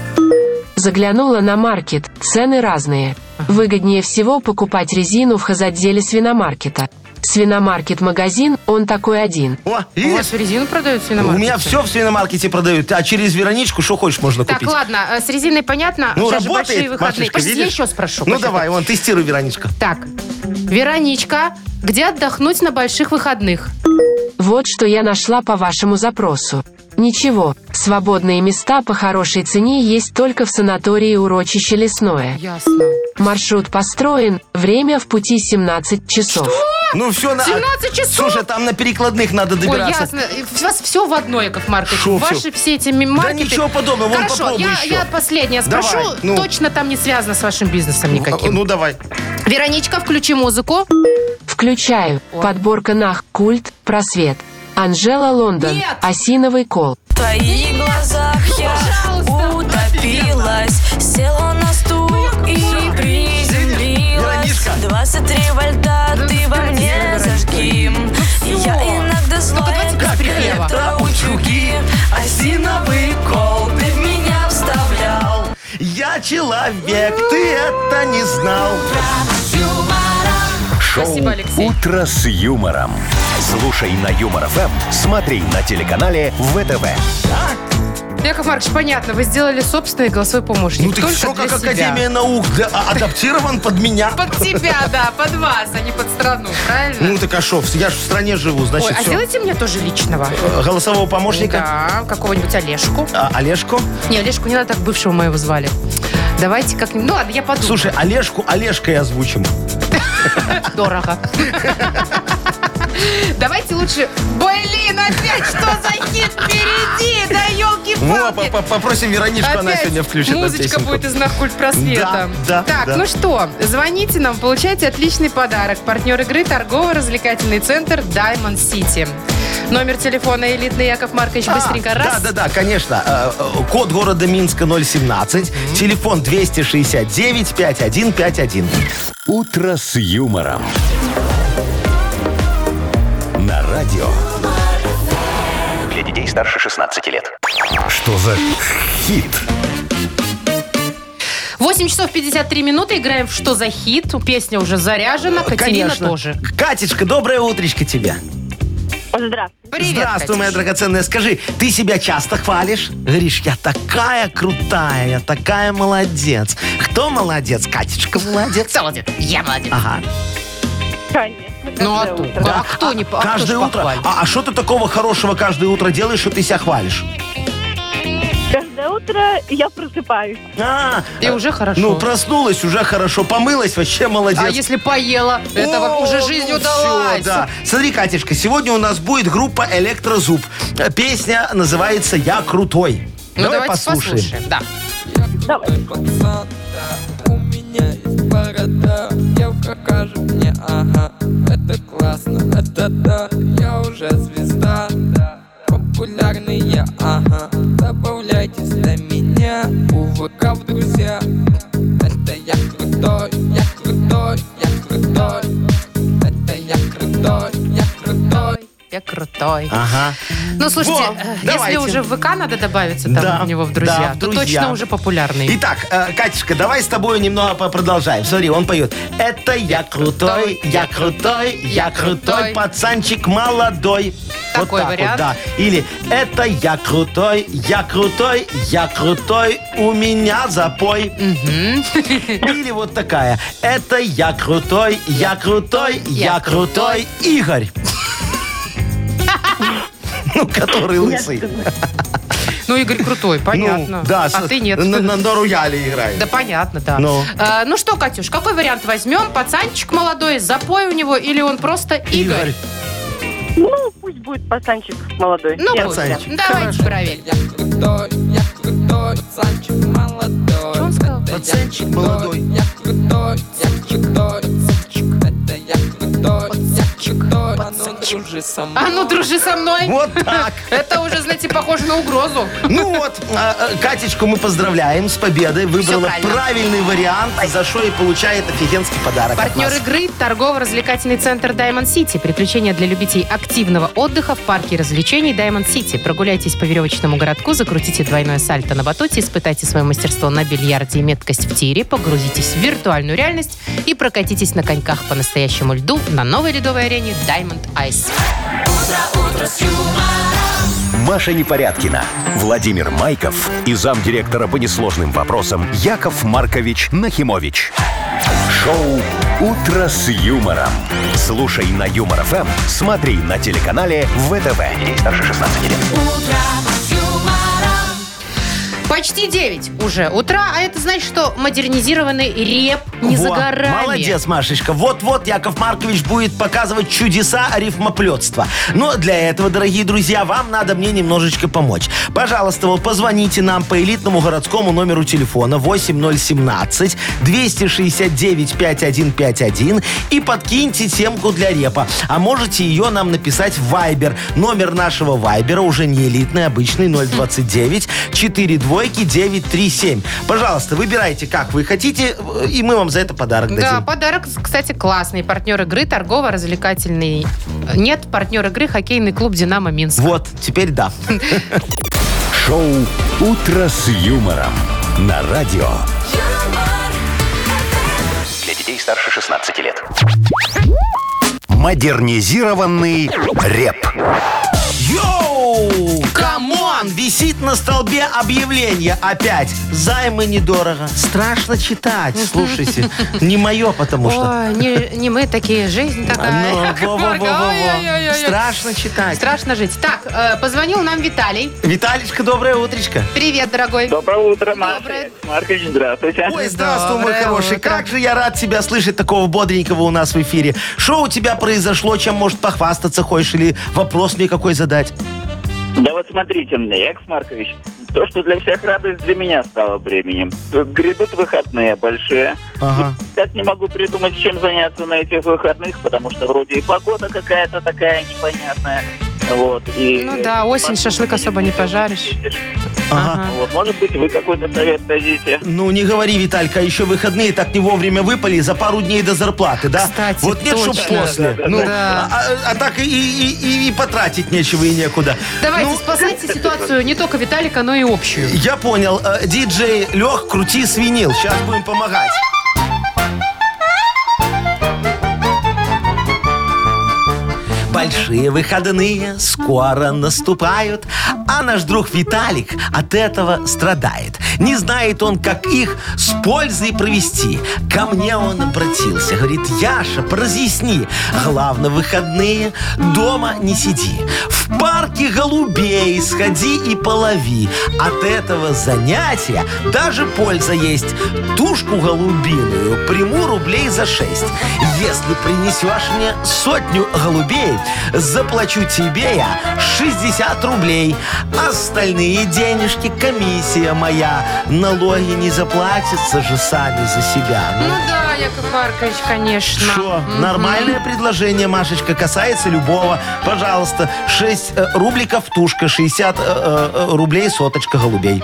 Заглянула на маркет. Цены разные. Выгоднее всего покупать резину в хозотделе свиномаркета. Свиномаркет-магазин, он такой один. О, У видишь? вас резину продают в У свиномаркете? меня все в свиномаркете продают, а через Вероничку что хочешь можно Так, купить. ладно, э, с резиной понятно. Ну, Сейчас же работает, большие выходные. Машечка, Подожди, я видишь? еще спрошу. Ну, Подожди. давай, вон, тестируй, Вероничка. Так, Вероничка, где отдохнуть на больших выходных? Вот что я нашла по вашему запросу. Ничего, свободные места по хорошей цене есть только в санатории урочище лесное. Ясно. Маршрут построен, время в пути 17 часов. Ну, все, на... 17 часов? Слушай, там на перекладных надо Ой, добираться. ясно. У вас все в одно, Яков Маркович. Шо Ваши всё? все эти ми- маркеты. ничего подобного, вон Хорошо, попробуй я, еще. я последнее спрошу. Давай, ну. Точно там не связано с вашим бизнесом никаким. Ну, давай. Вероничка, включи музыку. Включаю. Подборка нах, культ, просвет. Анжела Лондон. Нет! Осиновый кол. В твоих глазах я Пожалуйста. утопилась Села на стул и приземлилась Вероничка. 23 вольта ты во мне зажги И Я иногда злая, давайте без как припева. электроучуги Осиновый кол ты в меня вставлял Я человек, ты это не знал. Шоу Спасибо, Алексей. «Утро с юмором». Слушай на Юмор ФМ, смотри на телеканале ВТВ. Яков Маркович, понятно, вы сделали собственный голосовой помощник. Ну, ты Только все для как себя. Академия наук, да, а- адаптирован под меня. Под тебя, да, под вас, а не под страну, правильно? Ну, так а шо, я ж в стране живу, Ой, значит, а всё. сделайте мне тоже личного. Э, Голосового помощника. Да, какого-нибудь Олежку. А, Олежку. Не, Олежку не надо, так бывшего моего звали. Давайте как-нибудь... Ну ладно, я подумаю. Слушай, Олежку Олежкой озвучим. Дорого. Давайте лучше... Блин, опять что за хит впереди? Да Во, елки-палки! Ну, а по- по- попросим Вероничку, она Опять сегодня включит эту музычка песенку. будет из «Знак культ просвета. Да, да, так, да. ну что, звоните нам, получайте отличный подарок. Партнер игры торгово-развлекательный центр Diamond City. Номер телефона элитный Яков Маркович А, быстренько раз. Да, да, да, конечно. Э, э, Код города Минска 017, телефон 269 5151. «Утро с юмором». На радио. Для детей старше 16 лет. Что за хит? 8 часов 53 минуты. Играем в «Что за хит?». Песня уже заряжена. Катерина Э, Конечно. тоже. Катечка, доброе утречко тебе. Здравствуйте. Привет, Здравствуй, Катюш. моя драгоценная. Скажи, ты себя часто хвалишь? Говоришь, я такая крутая, я такая молодец. Кто молодец? Катечка молодец. Молодец. Э, Я молодец. Ага. Конечно. Ну а каждое тут? утро. А кто не а кто ж каждое утро. похвалит? А, а что ты такого хорошего каждое утро делаешь, что ты себя хвалишь? Каждое утро я просыпаюсь. А, И уже хорошо. ну, проснулась, уже хорошо, помылась, вообще молодец. А если поела, это О, вот уже жизнь ну удалась. всё, да. Смотри, Катюшка, сегодня у нас будет группа «Электрозуб». Э, Песня называется «Я крутой». Ну Давай давайте послушаем. послушаем. Да. Давай. У меня есть борода Девка кажет мне, ага Это классно, это да Я уже звезда Популярные, ага Добавляйтесь до меня У ВК в друзья Это я крутой, я крутой, я крутой Это я крутой, я крутой Я крутой. Ага. Ну, слушайте, А, Во, э, если давайте. уже в ВК надо добавиться там Да, у него в друзья, да, в то друзья. точно уже популярный. Итак, э, Катюшка, давай с тобой немного по- продолжаем. Смотри, он поет. Это я крутой, я крутой, я крутой, пацанчик молодой. Вот Такой так вот, вариант. да. Или это я крутой, я крутой, я крутой, у меня запой. Или вот такая. Это я крутой, я крутой, я крутой, Игорь. Ну, который лысый. Ну, Игорь крутой, понятно. Ну, да, а с- ты нет. На, на рояле играет. Да понятно, да. Ну. А, ну что, Катюш, какой вариант возьмем? Пацанчик молодой, запой у него, или он просто Игорь? Ну, пусть будет пацанчик молодой. Ну, Я- пацанчик. пусть. Давайте проверим. Я крутой, я крутой, пацанчик молодой. Что он сказал? Это я Пацанчик крутой, молодой. Я крутой, я крутой, пацанчик. Это я крутой, я крутой, пацанчик. хочешь. Дружи со мной. А ну, дружи со мной. Вот так. Это уже, знаете, похоже на угрозу. Ну вот, а, а, Катечку мы поздравляем с победой. Выбрала правильно. правильный вариант, за что и получает офигенский подарок. от Партнер нас. игры – торгово-развлекательный центр Diamond City. Приключения для любителей активного отдыха в парке развлечений Diamond City. Прогуляйтесь по веревочному городку, закрутите двойное сальто на батуте, испытайте свое мастерство на бильярде и меткость в тире, погрузитесь в виртуальную реальность и прокатитесь на коньках по настоящему льду на новой ледовой арене Diamond Ice. Маша Непорядкина, Владимир Майков и замдиректора по несложным вопросам Яков Маркович Нахимович. Шоу «Утро с юмором». Слушай на Юмор ФМ, смотри на телеканале ВТВ. Ей старше 16 лет. Почти 9 уже утра, а это значит, что модернизированный реп не за Во, горами. Молодец, Машечка. Вот-вот Яков Маркович будет показывать чудеса рифмоплетства. Но для этого, дорогие друзья, вам надо мне немножечко помочь. Пожалуйста, вот позвоните нам по элитному городскому номеру телефона 8017 269 5151 и подкиньте темку для репа. А можете ее нам написать в Viber. Номер нашего Вайбера уже не элитный, обычный 029 4 двойки 937. Пожалуйста, выбирайте, как вы хотите, э, и мы вам за это подарок Да, дадим. подарок, кстати, классный. Партнер игры торгово-развлекательный. Нет, партнер игры хоккейный клуб «Динамо Минск». Вот, теперь да. Шоу «Утро с юмором» на радио. Для детей старше 16 лет. Модернизированный реп. Йоу! Камон! Висит на столбе объявление опять. Займы недорого. Страшно читать. Слушайте, не мое, потому что. Ой, не, не мы такие, жизнь такая. Ну, Яков во-во-во-во-во. Маркович, ой-ой-ой-ой. Страшно читать. Страшно жить. Так, э, позвонил нам Виталий. Виталичка, доброе утречко. Привет, дорогой. Доброе утро, Маша. Доброе. Маркович, здравствуйте. Ой, здравствуй, мой Доброе хороший. утро. Как же я рад тебя слышать такого бодренького у нас в эфире. Что у тебя произошло, чем, может, похвастаться хочешь или вопрос мне какой задать? Да вот смотрите мне, Яков Маркович, то, что для всех радость, для меня стало бременем. Грядут выходные большие. Ага. Сейчас не могу придумать, чем заняться на этих выходных, потому что вроде и погода какая-то такая непонятная. Вот, и Ну да, осень, шашлык особо не пожаришь. Ага. Вот, может быть, вы какой-то совет дадите. Ну, не говори, Виталька, еще выходные так не вовремя выпали за пару дней до зарплаты, да? Кстати, вот нет, чтоб точно. после. Да, ну, да. А, а так и, и- и- и потратить нечего и некуда. Давайте, Ну, спасайте ситуацию не только Виталика, но и общую. я понял. Э, Диджей Лех, крути свинил. Сейчас будем помогать. Большие выходные скоро наступают, а наш друг Виталик от этого страдает. Не знает он, как их с пользой провести. Ко мне он обратился, говорит, Яша, разъясни, главное, выходные дома не сиди. В парке голубей сходи и полови. От этого занятия даже польза есть. Тушку голубиную приму рублей за 6. Если принесешь мне сотню голубей, заплачу тебе я 60 рублей. Остальные денежки комиссия моя. Налоги не заплатятся же сами за Ну себя. да, Яков Маркович, конечно. Что? Мгм. Нормальное предложение, Машечка, касается любого. Пожалуйста, 6 э, рубликов тушка, 60 э, э, рублей соточка голубей.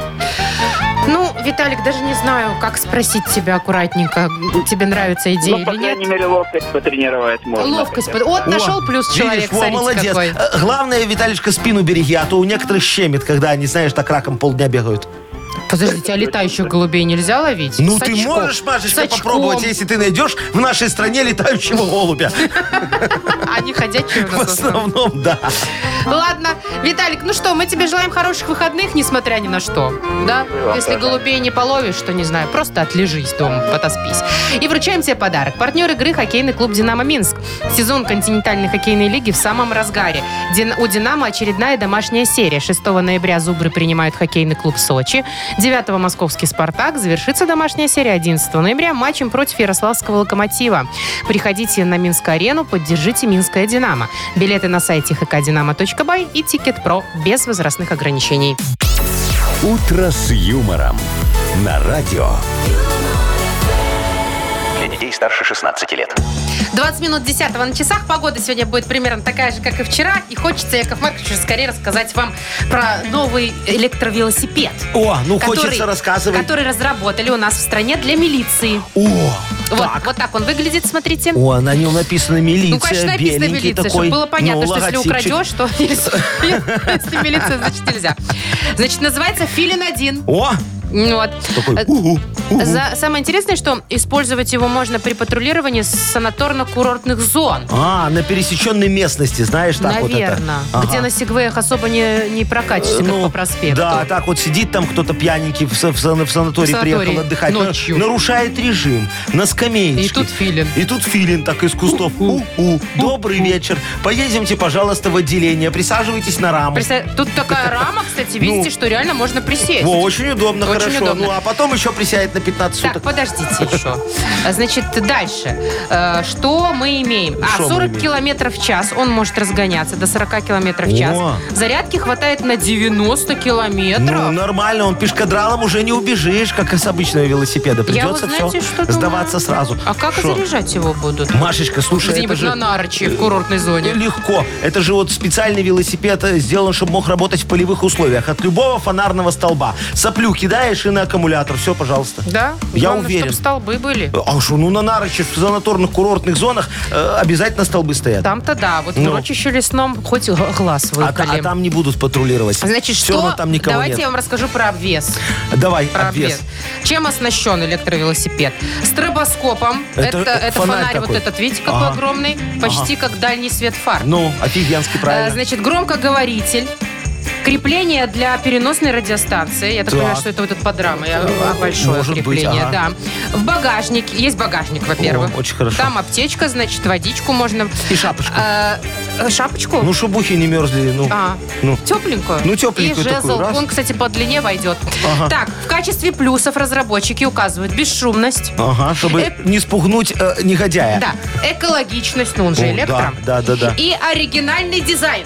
Ну, Виталик, даже не знаю, как спросить тебя аккуратненько, тебе нравится идея ну, по или нет. крайней мере, ловкость потренировать можно. Ловкость. под- Вот, нашел О, плюс видишь, человек, во, смотрите молодец. какой. Э, Главное, Виталичка, спину береги, а то у некоторых щемит, когда они, знаешь, так раком полдня бегают. Подождите, а летающих голубей нельзя ловить? Ну, С ты очком. можешь, Машечка, С очком. попробовать, если ты найдешь в нашей стране летающего голубя. А не ходячие у В нас в основном. основном, да. Ладно, Виталик, ну что, мы тебе желаем хороших выходных, несмотря ни на что. Да? вам Если тоже. голубей не половишь, то, не знаю, просто отлежись дома, потоспись. И вручаем тебе подарок. Партнер игры хоккейный клуб «Динамо Минск». Сезон континентальной хоккейной лиги в самом разгаре. Дин- У «Динамо» очередная домашняя серия. 6 ноября «Зубры» принимают хоккейный клуб «Сочи». 9 московский «Спартак». Завершится домашняя серия 11 ноября матчем против Ярославского «Локомотива». Приходите на Минск-арену, поддержите «Минское Динамо». Билеты на сайте hkdinamo.by и «Тикет Про» без возрастных ограничений. «Утро с юмором» на радио. Для детей старше 16 лет. 20 минут 10 на часах. Погода сегодня будет примерно такая же, как и вчера. И хочется, Яков Маркович, скорее рассказать вам про новый электровелосипед. О, ну который- хочется рассказывать. Который разработали у нас в стране для милиции. О, Вот, вот так он выглядит, смотрите. о, на нем написано милиция, Ну, конечно, написано беленький милиция, такой. чтобы было понятно, ну, что если логотипчик. украдешь, то если милиция, значит нельзя. Значит, называется Филин 1. О, Вот. такой, Э, угу, угу. за- Самое интересное, что использовать его можно при патрулировании санаторно-курортных зон. А, на пересеченной местности, знаешь, так Наверное. вот это. Где на сегвеях особо не, не прокатишься, как по проспекту. Э, Ну, Да, так вот сидит там кто-то пьяненький в, са- в сан- в санаторий В санатории приехал отдыхать. на- ночью. Нарушает режим. На скамеечке. И тут филин. И тут филин так из кустов. У-у. Добрый вечер. Поедемте, пожалуйста, в отделение. Присаживайтесь на раму. Представь, Тут такая рама, кстати, видите, что реально можно присесть. Ну. Во, очень удобно, Очень хорошо. удобно. Ну, а потом еще присядет на 15 Так, суток. подождите еще. А, Значит, дальше. Э, Что мы имеем? А, Что мы 40 имеем? километров в час. Он может разгоняться до 40 километров в О. час. Зарядки хватает на 90 Ну, километров. нормально, он пешкадралом уже не убежишь, как с обычного велосипеда. Я вот ну, Придется знаете, все что думаю? сдаваться сразу. А как Шо? заряжать его будут? Машечка, слушай, это Где-нибудь же... на Нарочи в курортной зоне. Легко. Это же вот специальный велосипед э, сделан, чтобы мог работать в полевых условиях. От любого фонарного столба. Соплю кидаешь и на аккумулятор. Все, пожалуйста. Да? Я Главное, уверен. чтобы столбы были. А что, ну на нарочи в санаторных курортных зонах э, обязательно столбы стоят. Там-то да, вот Ну. в рочище лесном хоть г- глаз а, та- выколи. а там не будут патрулировать. Значит, Все что... равно там никого Давайте я нет. вам расскажу про обвес. Давай, а Про обвес. обвес. Чем оснащен электровелосипед? Стробоскопом. Это, Это- это, фонарь фонарь, вот такой. этот, видите, какой Ага. огромный? Почти как дальний свет фар. Ну, офигенски Э, правильно. Значит, громкоговоритель. Крепление для переносной радиостанции. Я так, Так. понимаю, что это вот этот подрама. Я- а, большое Может быть, крепление, ага. да. В багажник. Есть багажник, во-первых. О, очень хорошо. Там аптечка, значит, водичку можно. И шапочку. Э, э, шапочку? Ну, чтобы ухи не мерзли. Ну, А. ну. Тепленькую? Ну, тепленькую И такую, жезл. раз. Он, кстати, по длине войдет. Так, в качестве плюсов разработчики указывают бесшумность. Ага, чтобы Э, не спугнуть э, негодяя. Да, экологичность, ну он же О, электро. да, да, да, да. И оригинальный дизайн.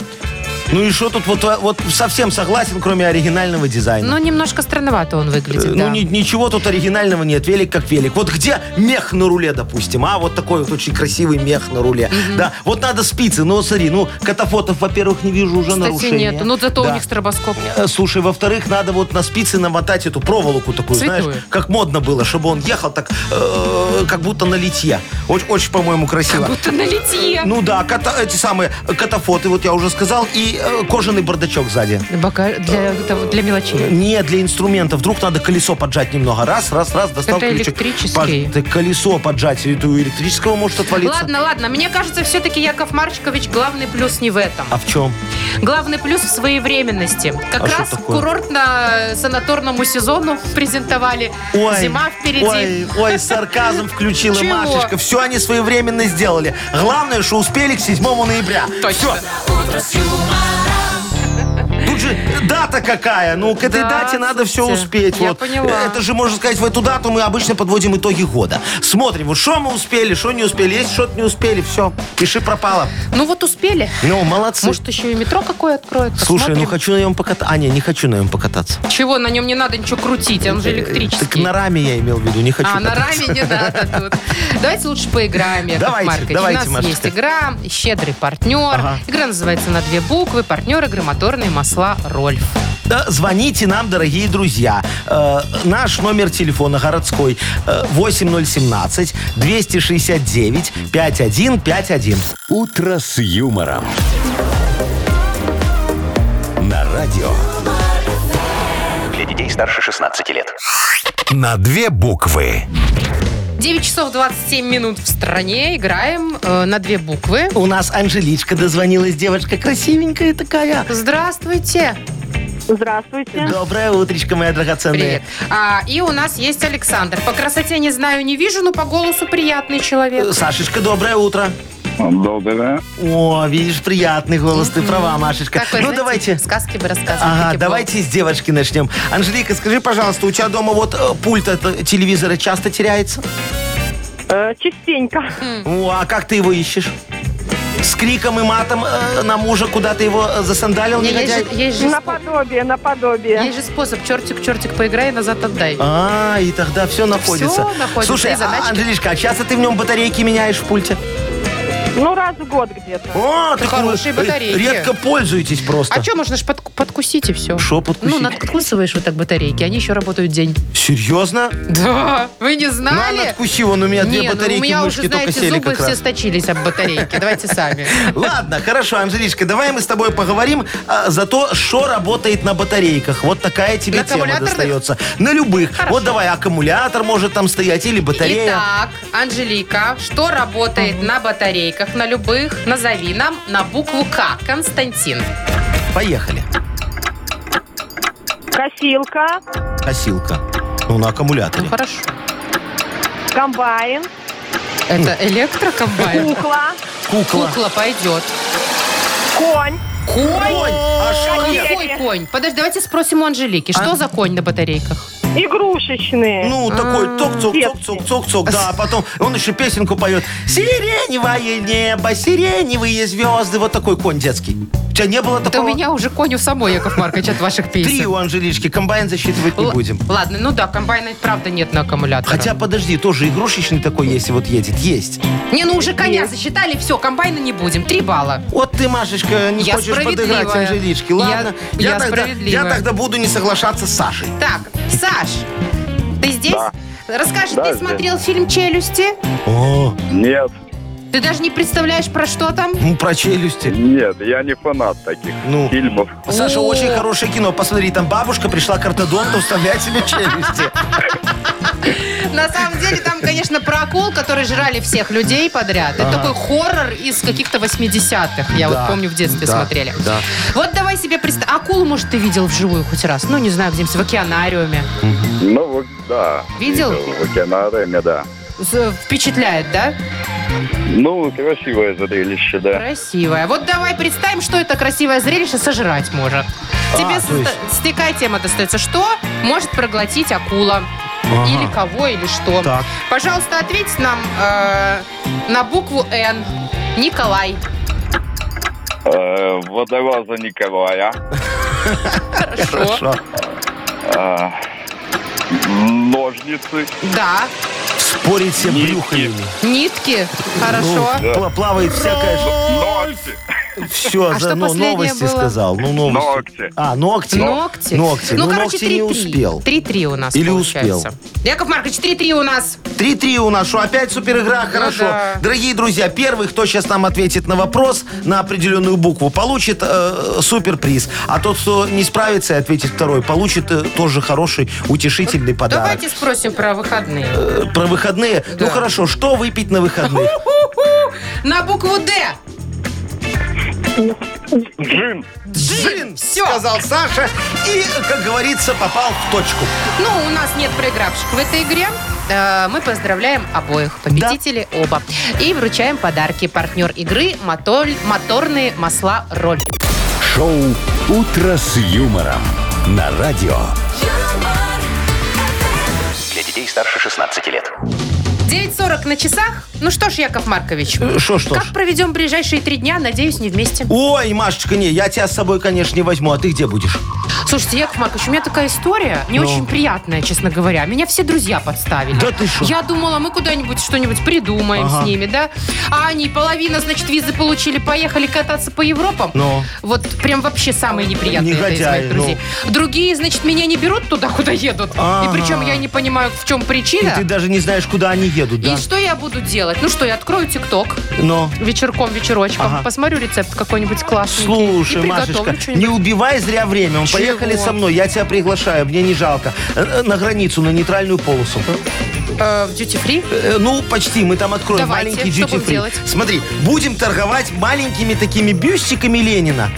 Ну и что тут вот, вот совсем согласен, кроме оригинального дизайна. Ну, немножко странновато он Э, выглядит, Ну, да. ни- ничего тут оригинального нет. Велик как велик. Вот где мех на руле, допустим, а? Вот такой вот очень красивый мех на руле. Да, вот надо спицы. Ну, смотри, ну, катафотов, во-первых, не вижу уже Кстати, нарушения. нету. Ну, зато Да. у них стробоскоп. Э, Слушай, во-вторых, надо вот на спицы намотать эту проволоку такую, Цветную. знаешь, как модно было, чтобы он ехал так, э, как будто на литье. Очень, очень по-моему, красиво. Будто на литье. Ну да, ката- эти самые э, катафоты, вот я уже сказал, и э, кожаный бардачок сзади. Бока- Для, того- для мелочей. Не для инструментов. Вдруг надо колесо поджать немного. Раз, раз, раз, достал Это ключик. электрический. Пож- Так колесо поджать, и у электрического может отвалиться. Ладно, ладно, мне кажется, все-таки Яков Марчикович главный плюс не в этом. А в чем? Главный плюс в своевременности. Как А что раз к такое? курортно-санаторному сезону презентовали. Ой, Зима впереди. Ой, ой, сарказм включила Чего? Машечка. Все они своевременно сделали. Главное, что успели к 7 ноября. Точно. Тут же дата какая. Ну, к этой Да, дате надо все слушайте, успеть. я вот. поняла. Это же, можно сказать, в эту дату мы обычно подводим итоги года. Смотрим, вот что мы успели, что не успели. Если что-то не успели, все, пиши пропало. Ну вот успели. Ну, молодцы. Может, еще и метро какое откроют. Слушай, Посмотрим. ну хочу на нем покататься. А, не, не хочу на нем покататься. Чего, на нем не надо ничего крутить, он же электрический. Э, Так на раме я имел в виду, не хочу. А, на кататься. раме не надо тут. Давайте лучше поиграем, Яков Давайте, Маркович. давайте, У нас Машечка. есть игра «Щедрый партнер». Ага. Игра называется на две буквы. Партнер игры «Моторные масла Рольф». Да, Звоните нам, дорогие друзья. Э, наш номер телефона городской э, 8017-269-5151. «Утро с юмором». На радио. Для детей старше 16 лет. На две буквы. 9 часов 27 минут в стране. Играем э, на две буквы. У нас Анжеличка дозвонилась, девочка красивенькая такая. Здравствуйте. Здравствуйте. Доброе утречко, моя драгоценная. Привет. А, и у нас есть Александр. По красоте не знаю, не вижу, но по голосу приятный Э, человек. Сашечка, доброе утро. Доброе. О, видишь, приятный голос, ты права, Машечка. Такой, ну, знаете, давайте. Сказки бы рассказывали. Ага, такие давайте с девочки начнем. Анжелика, скажи, пожалуйста, у тебя дома вот э, пульт от э, телевизора часто теряется? Э, частенько. О, а как ты его ищешь? С криком и матом э, на мужа куда ты его э, засандалил, Не, есть, негодяй? же, есть же спо- Наподобие, наподобие. есть же способ. Чертик, чертик, поиграй, назад отдай. А, и тогда все находится. находится, Слушай, и задачки. а, Анжелишка, а часто ты в нем батарейки меняешь в пульте? Ну, раз в год где-то. О, так Хорошие вы, э, батарейки. Редко пользуетесь просто. А что, можно же подкусить и все. Шо подкусить? Ну, надкусываешь вот так батарейки, они еще работают день. Серьезно? Да, вы не На, знали? надкуси, вон у меня Не, две ну батарейки у меня мышки уже, только знаете, сели зубы как все раз. сточились об батарейки. Давайте сами. Ладно, хорошо, Анжеличка, давай мы с тобой поговорим а, за то, что работает на батарейках. Вот такая тебе На тема аккумуляторных? достается. На любых. Вот давай, аккумулятор может там стоять или батарея. Итак, Анжелика, что работает на батарейках, на любых? Назови нам на букву К. Константин. Поехали. Косилка, Косилка. Ну, на аккумуляторе. Хорошо. комбайн, Это электрокомбайн. кукла, Кукла. Кукла пойдет. конь. Конь? Конь. А шо нет? Какой конь? Подожди, давайте спросим у Анжелики, А? что за конь на батарейках? Игрушечные. А, Ну, такой цок-цок-цок-цок-цок-цок, да, а потом он еще песенку поет. Сиреневое небо, сиреневые звезды. Вот такой конь детский. У тебя не было Да такого? у меня уже конь у самой, Яков Маркович, от ваших Три песен. у Анжелички, комбайн засчитывать не Л- будем. Ладно, ну да, комбайна правда нет на аккумуляторе. Хотя, подожди, тоже игрушечный такой есть, вот едет. Есть. Не, ну уже коня засчитали, все, комбайна не будем. Три балла. Вот ты, Машечка, не Я хочешь подыграть справедливая. Анжеличке. Ладно, Я- я тогда, справедливая. я тогда буду не соглашаться с Сашей. Так, Саш, ты здесь? Да. Расскажи, Да, ты здесь. смотрел фильм «Челюсти»? О, Нет, Ты даже не представляешь, про что там? ну про челюсти. нет, я не фанат таких Ну. фильмов. Саша, О. очень хорошее кино. Посмотри, там бабушка пришла к ортодонту вставлять себе челюсти. На самом деле там, конечно, про акул, которые жрали всех людей подряд. Это такой хоррор из каких-то 80-х. Я Да. вот помню, в детстве Да, смотрели. да. Вот давай себе представь. Акулу, может, ты видел вживую хоть раз? Ну, не знаю, где-нибудь в океанариуме. Ну, вот, да. Видел? В океанариуме, да. З- Впечатляет, да? Ну, красивое зрелище, да. Красивая. Вот давай представим, что это красивое зрелище сожрать может. Тебе А, то есть- состо- такая тема достается. Что может проглотить акула? Ага. Или кого, или что? Так. Пожалуйста, ответь нам э, на букву «Н». Николай. Э, водовоза Николая. Хорошо. Хорошо. Э, ножницы. Да. Спорить все Нитки. брюхами. Нитки. Хорошо. Ну, пла- плавает всякая же. Ногти. Все, А за, что ну, последнее новости было? сказал. Ну, новости. Ногти. А, ногти. Ногти. Ногти. Ну, ногти не 3-3. успел. 3-3 у нас Или получается. успел. Яков Маркович, 3-3 у нас. 3-3 у нас. Что, опять супер игра? Хорошо. Ну да. Дорогие друзья, первый, кто сейчас нам ответит на вопрос на определенную букву, получит э, супер приз. А тот, кто не справится и ответит второй, получит э, тоже хороший, утешительный подарок. Давайте спросим про выходные. Э, Про выходные. Ну хорошо, что выпить на выходных? Ху-ху. На букву «Д». Джин. Джин, всё. сказал Саша. И, как говорится, попал в точку. Ну, у нас нет проигравших в этой игре. Э, Мы поздравляем обоих. Победители оба. И вручаем подарки. Партнер игры мотоль- «Моторные масла Роль». Шоу «Утро с юмором» на радио. юмор, Для детей старше 16 лет. 9.40 на часах. Ну что ж, Яков Маркович, Э, Что, что ж. как проведем ближайшие три дня? Надеюсь, не вместе. Ой, Машечка, не, я тебя с собой, конечно, не возьму, а ты где будешь? Слушайте, Яков Маркович, у меня такая история, не очень приятная, честно говоря. Меня все друзья подставили. Ну. Да ты шо? Я думала, мы куда-нибудь что-нибудь придумаем Ага. с ними, да? А они половина, значит, визы получили, поехали кататься по Европам. Ну. Вот прям вообще самые неприятные это из Негодяи, моих друзей. Другие, значит, меня не берут туда, куда едут. Ага. И причем я не понимаю, в чем И причина. ты даже не знаешь, куда они едут, да? И что я буду делать? Ну что, я открою ТикТок Но... вечерком, вечерочком, Ага. посмотрю рецепт какой-нибудь классный. Слушай, и приготовлю Машечка, что-нибудь. не убивай зря время. Он Чего? поехали со мной, я тебя приглашаю, мне не жалко. Э, э, На границу, на нейтральную полосу. Э, в дьюти-фри? Э, Ну, почти, мы там откроем Давайте, маленький что duty будем free. делать? Смотри, будем торговать маленькими такими бюстиками Ленина.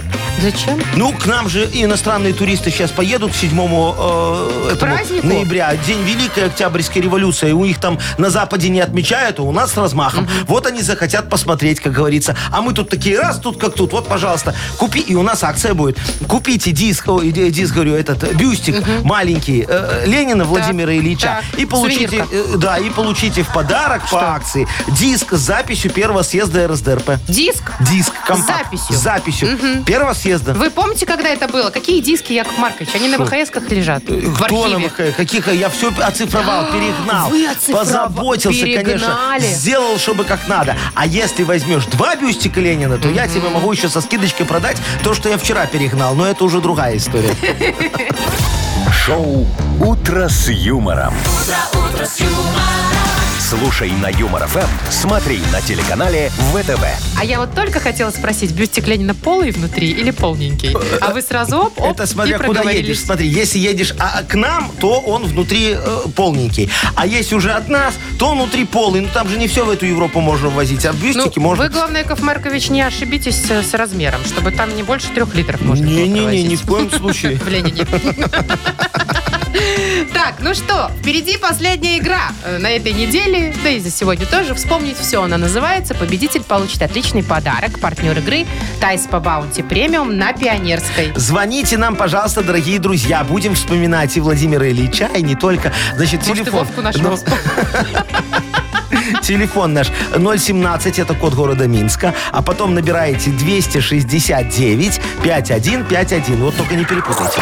Зачем? Ну, к нам же иностранные туристы сейчас поедут к 7 э, этому празднику? ноября, день Великой Октябрьской революции. У них там на Западе не отмечают, а у нас с размахом. Вот они захотят посмотреть, как говорится. А мы тут такие, раз, тут как тут. Вот, пожалуйста, купи, и у нас акция будет. Купите диск, ой, э, диск, говорю, этот, э, бюстик маленький э, Ленина Владимира Ильича. так. И получите, Сувенирка. э, да, и получите в подарок по акции диск с записью первого съезда РСДРП. Диск? Диск, компакт. С записью? С записью. Первого съезда. Вы помните, когда это было? Какие диски, Яков Маркович? Они на ВХС-ках лежат. В Э, Кто нам архиве. А, их- каких? Я все оцифровал, перегнал. вы оцифровал, Позаботился, перегнали. конечно. Сделал, чтобы как надо. А если возьмешь два бюстика Ленина, то я тебе могу еще со скидочкой продать то, что я вчера перегнал. Но это уже другая история. Шоу «Утро с юмором». Слушай на Юмор ФМ, смотри на телеканале ВТВ. А я вот только хотела спросить, бюстик Ленина полый внутри или полненький? А вы сразу оп, оп Это и смотря куда проговорились. едешь. Смотри, если едешь а, к нам, то он внутри э, полненький. А если уже от нас, то он внутри полый. Ну там же не все в эту Европу можно ввозить, а Ну, бюстики вы, можно... главное, Яков Маркович, не ошибитесь э, с размером, чтобы там не больше трех литров можно было Не-не-не, ни провозить. в коем случае. В Ленине. Так, ну что, впереди последняя игра э, на этой неделе, да и за сегодня тоже. Вспомнить все она называется. Победитель получит отличный подарок. Партнер игры Тайс по Баунти Премиум на Пионерской. Звоните нам, пожалуйста, дорогие друзья. Будем вспоминать и Владимира Ильича, и не только. Значит, Может, и телефон. Вовку нашего Ну, вспомнил. Телефон наш 017, это код города Минска. А потом набираете 269-5151. Вот только не перепутайте.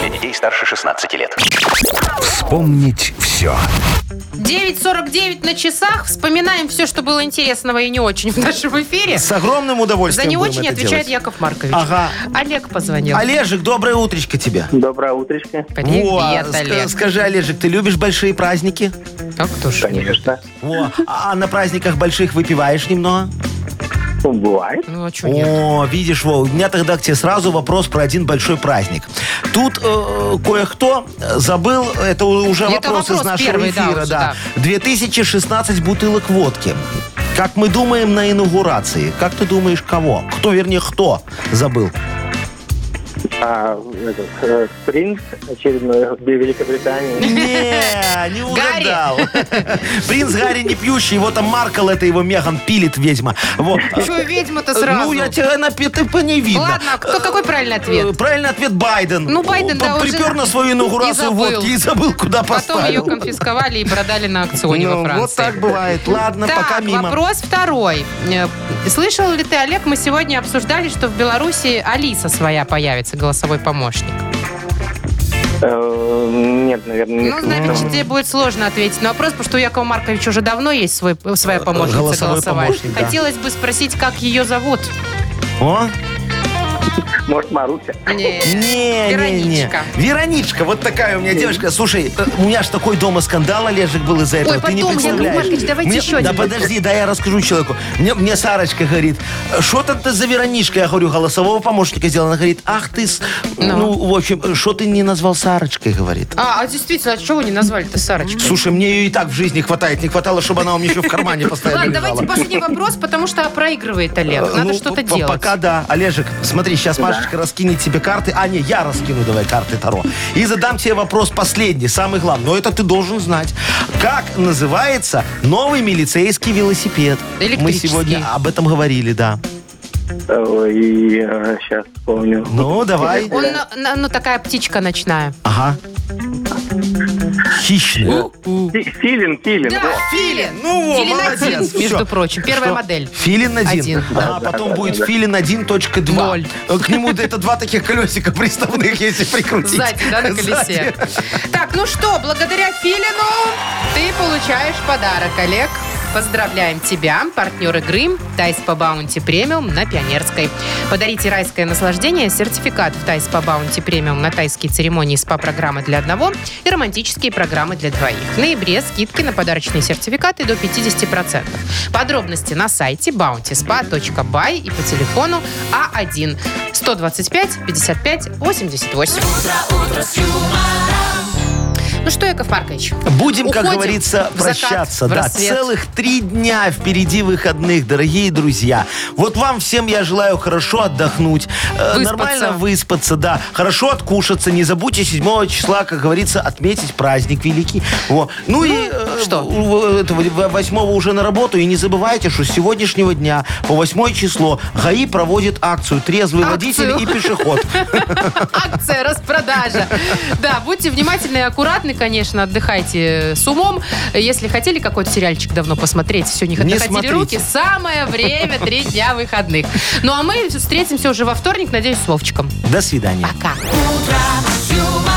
Для детей старше 16 лет. Вспомнить все. 9.49 на часах. Вспоминаем все, что было интересного и не очень в нашем эфире. С огромным За удовольствием не будем очень это отвечает делать. Яков Маркович. Ага. Олег позвонил. Олежек, доброе утречко тебе. Доброе утречко. Привет, Во, ск- Олег. Скажи, Олежек, ты любишь большие праздники? А кто ж не? Конечно. Во. А а на праздниках больших выпиваешь немного? Ну, бывает. Ну, а чё нет? О, видишь, Вов, у меня тогда к тебе сразу вопрос про один большой праздник. Тут э, кое-кто забыл, это у- уже Это вопрос, вопрос из нашего первый, да, эфира, вот да. 2016 бутылок водки. Как мы думаем на инаугурации? Как ты думаешь, кого? Кто, вернее, кто забыл? А, этот, э, принц очередной в Великобритании. Не, не угадал. Принц Гарри не пьющий, его там Маркл, это его Меган пилит ведьма. Вот. Чё, ведьма-то сразу? Ну, я тебя на ты по ней видно. Ладно, а кто- какой правильный Э, ответ? Правильный ответ Байден. Ну, Байден, да, уже Припер на свою и инаугурацию забыл. водки и забыл, куда Потом ее поставил. конфисковали и продали на аукционе Ну, во Франции. вот так бывает. Ладно, Так, пока мимо. вопрос второй. Э, Слышал ли ты, Олег, мы сегодня обсуждали, что в Беларуси Алиса своя появится, голосовой помощник. Э, Нет, наверное, не Ну, значит, тебе будет сложно ответить на вопрос, потому что у Якова Марковича уже давно есть свой, своя помощница Э, Голосовой голосовая. помощник, да. Хотелось бы спросить, как ее зовут. О, Может, Маруся? не, не, не. Вероничка. Вероничка, вот такая у меня девочка. Слушай, э, у меня ж такой дома скандал, Олежек, был из-за этого. Ты не потом, Яков представляешь. Маркович, давайте Мне- еще один Да вопрос. подожди, да я расскажу человеку. Мне, мне Сарочка говорит, что там ты за Вероничка? Я говорю, голосового помощника сделала. Она говорит, ах ты, с... Ну. ну, в общем, что ты не назвал Сарочкой, говорит. А, а действительно, а чего вы не назвали-то Сарочкой? Слушай, мне ее и так в жизни хватает. Не хватало, чтобы она у меня еще в кармане постоянно Ладно, лежала. давайте последний вопрос, потому что проигрывает Олег. Надо Ну, что-то п- п- делать. Пока да. Олежек, смотри, сейчас Машечка раскинет тебе карты. А, не, я раскину давай карты Таро. И задам тебе вопрос последний, самый главный. Но это ты должен знать. Как называется новый милицейский велосипед? Мы Электрический. сегодня об этом говорили, да. И сейчас вспомню. Ну, давай. Он, на- на- ну, такая птичка ночная. Ага. Хищный. Филин, Филин. филин. Ну, во, Филин молодец. один, между Всё. прочим. Первая Что? модель. Филин один. Один, А потом будет филин 1.2. Ноль. Э, К нему это два таких колесика приставных, если прикрутить. Сзади, да, на колесе. Сзади. Так, ну что, благодаря Филину ты получаешь подарок, Олег. Поздравляем тебя, партнер игры Тайс по Баунти Премиум на Пионерской. Подарите райское наслаждение, сертификат в Тайс по Баунти Премиум на тайские церемонии СПА-программы для одного и романтические программы для двоих. В ноябре скидки на подарочные сертификаты до 50%. Подробности на сайте bountyspa.by и по телефону А А1 125 55 88. Ну что, Яков Маркович? Будем, как уходим говорится, в закат, прощаться. в да, рассвет. целых три дня впереди выходных, дорогие друзья. Вот вам всем я желаю хорошо отдохнуть, э, Выспаться. нормально выспаться, да, хорошо откушаться. Не забудьте 7 числа, как говорится, отметить праздник великий. Во. Ну, и э, Что? у- этого, в- э, восьмого уже на работу. И не забывайте, что с сегодняшнего дня по восьмое число ГАИ проводит акцию «Трезвый Акцию. водитель и пешеход». Акция, распродажа. Да, будьте внимательны и аккуратны, конечно, отдыхайте с умом. Если хотели какой-то сериальчик давно посмотреть, все, не Не доходили смотрите. руки, самое время, три дня выходных. Ну, а мы встретимся уже во вторник, надеюсь, с Вовчиком. До свидания. Пока. Humor.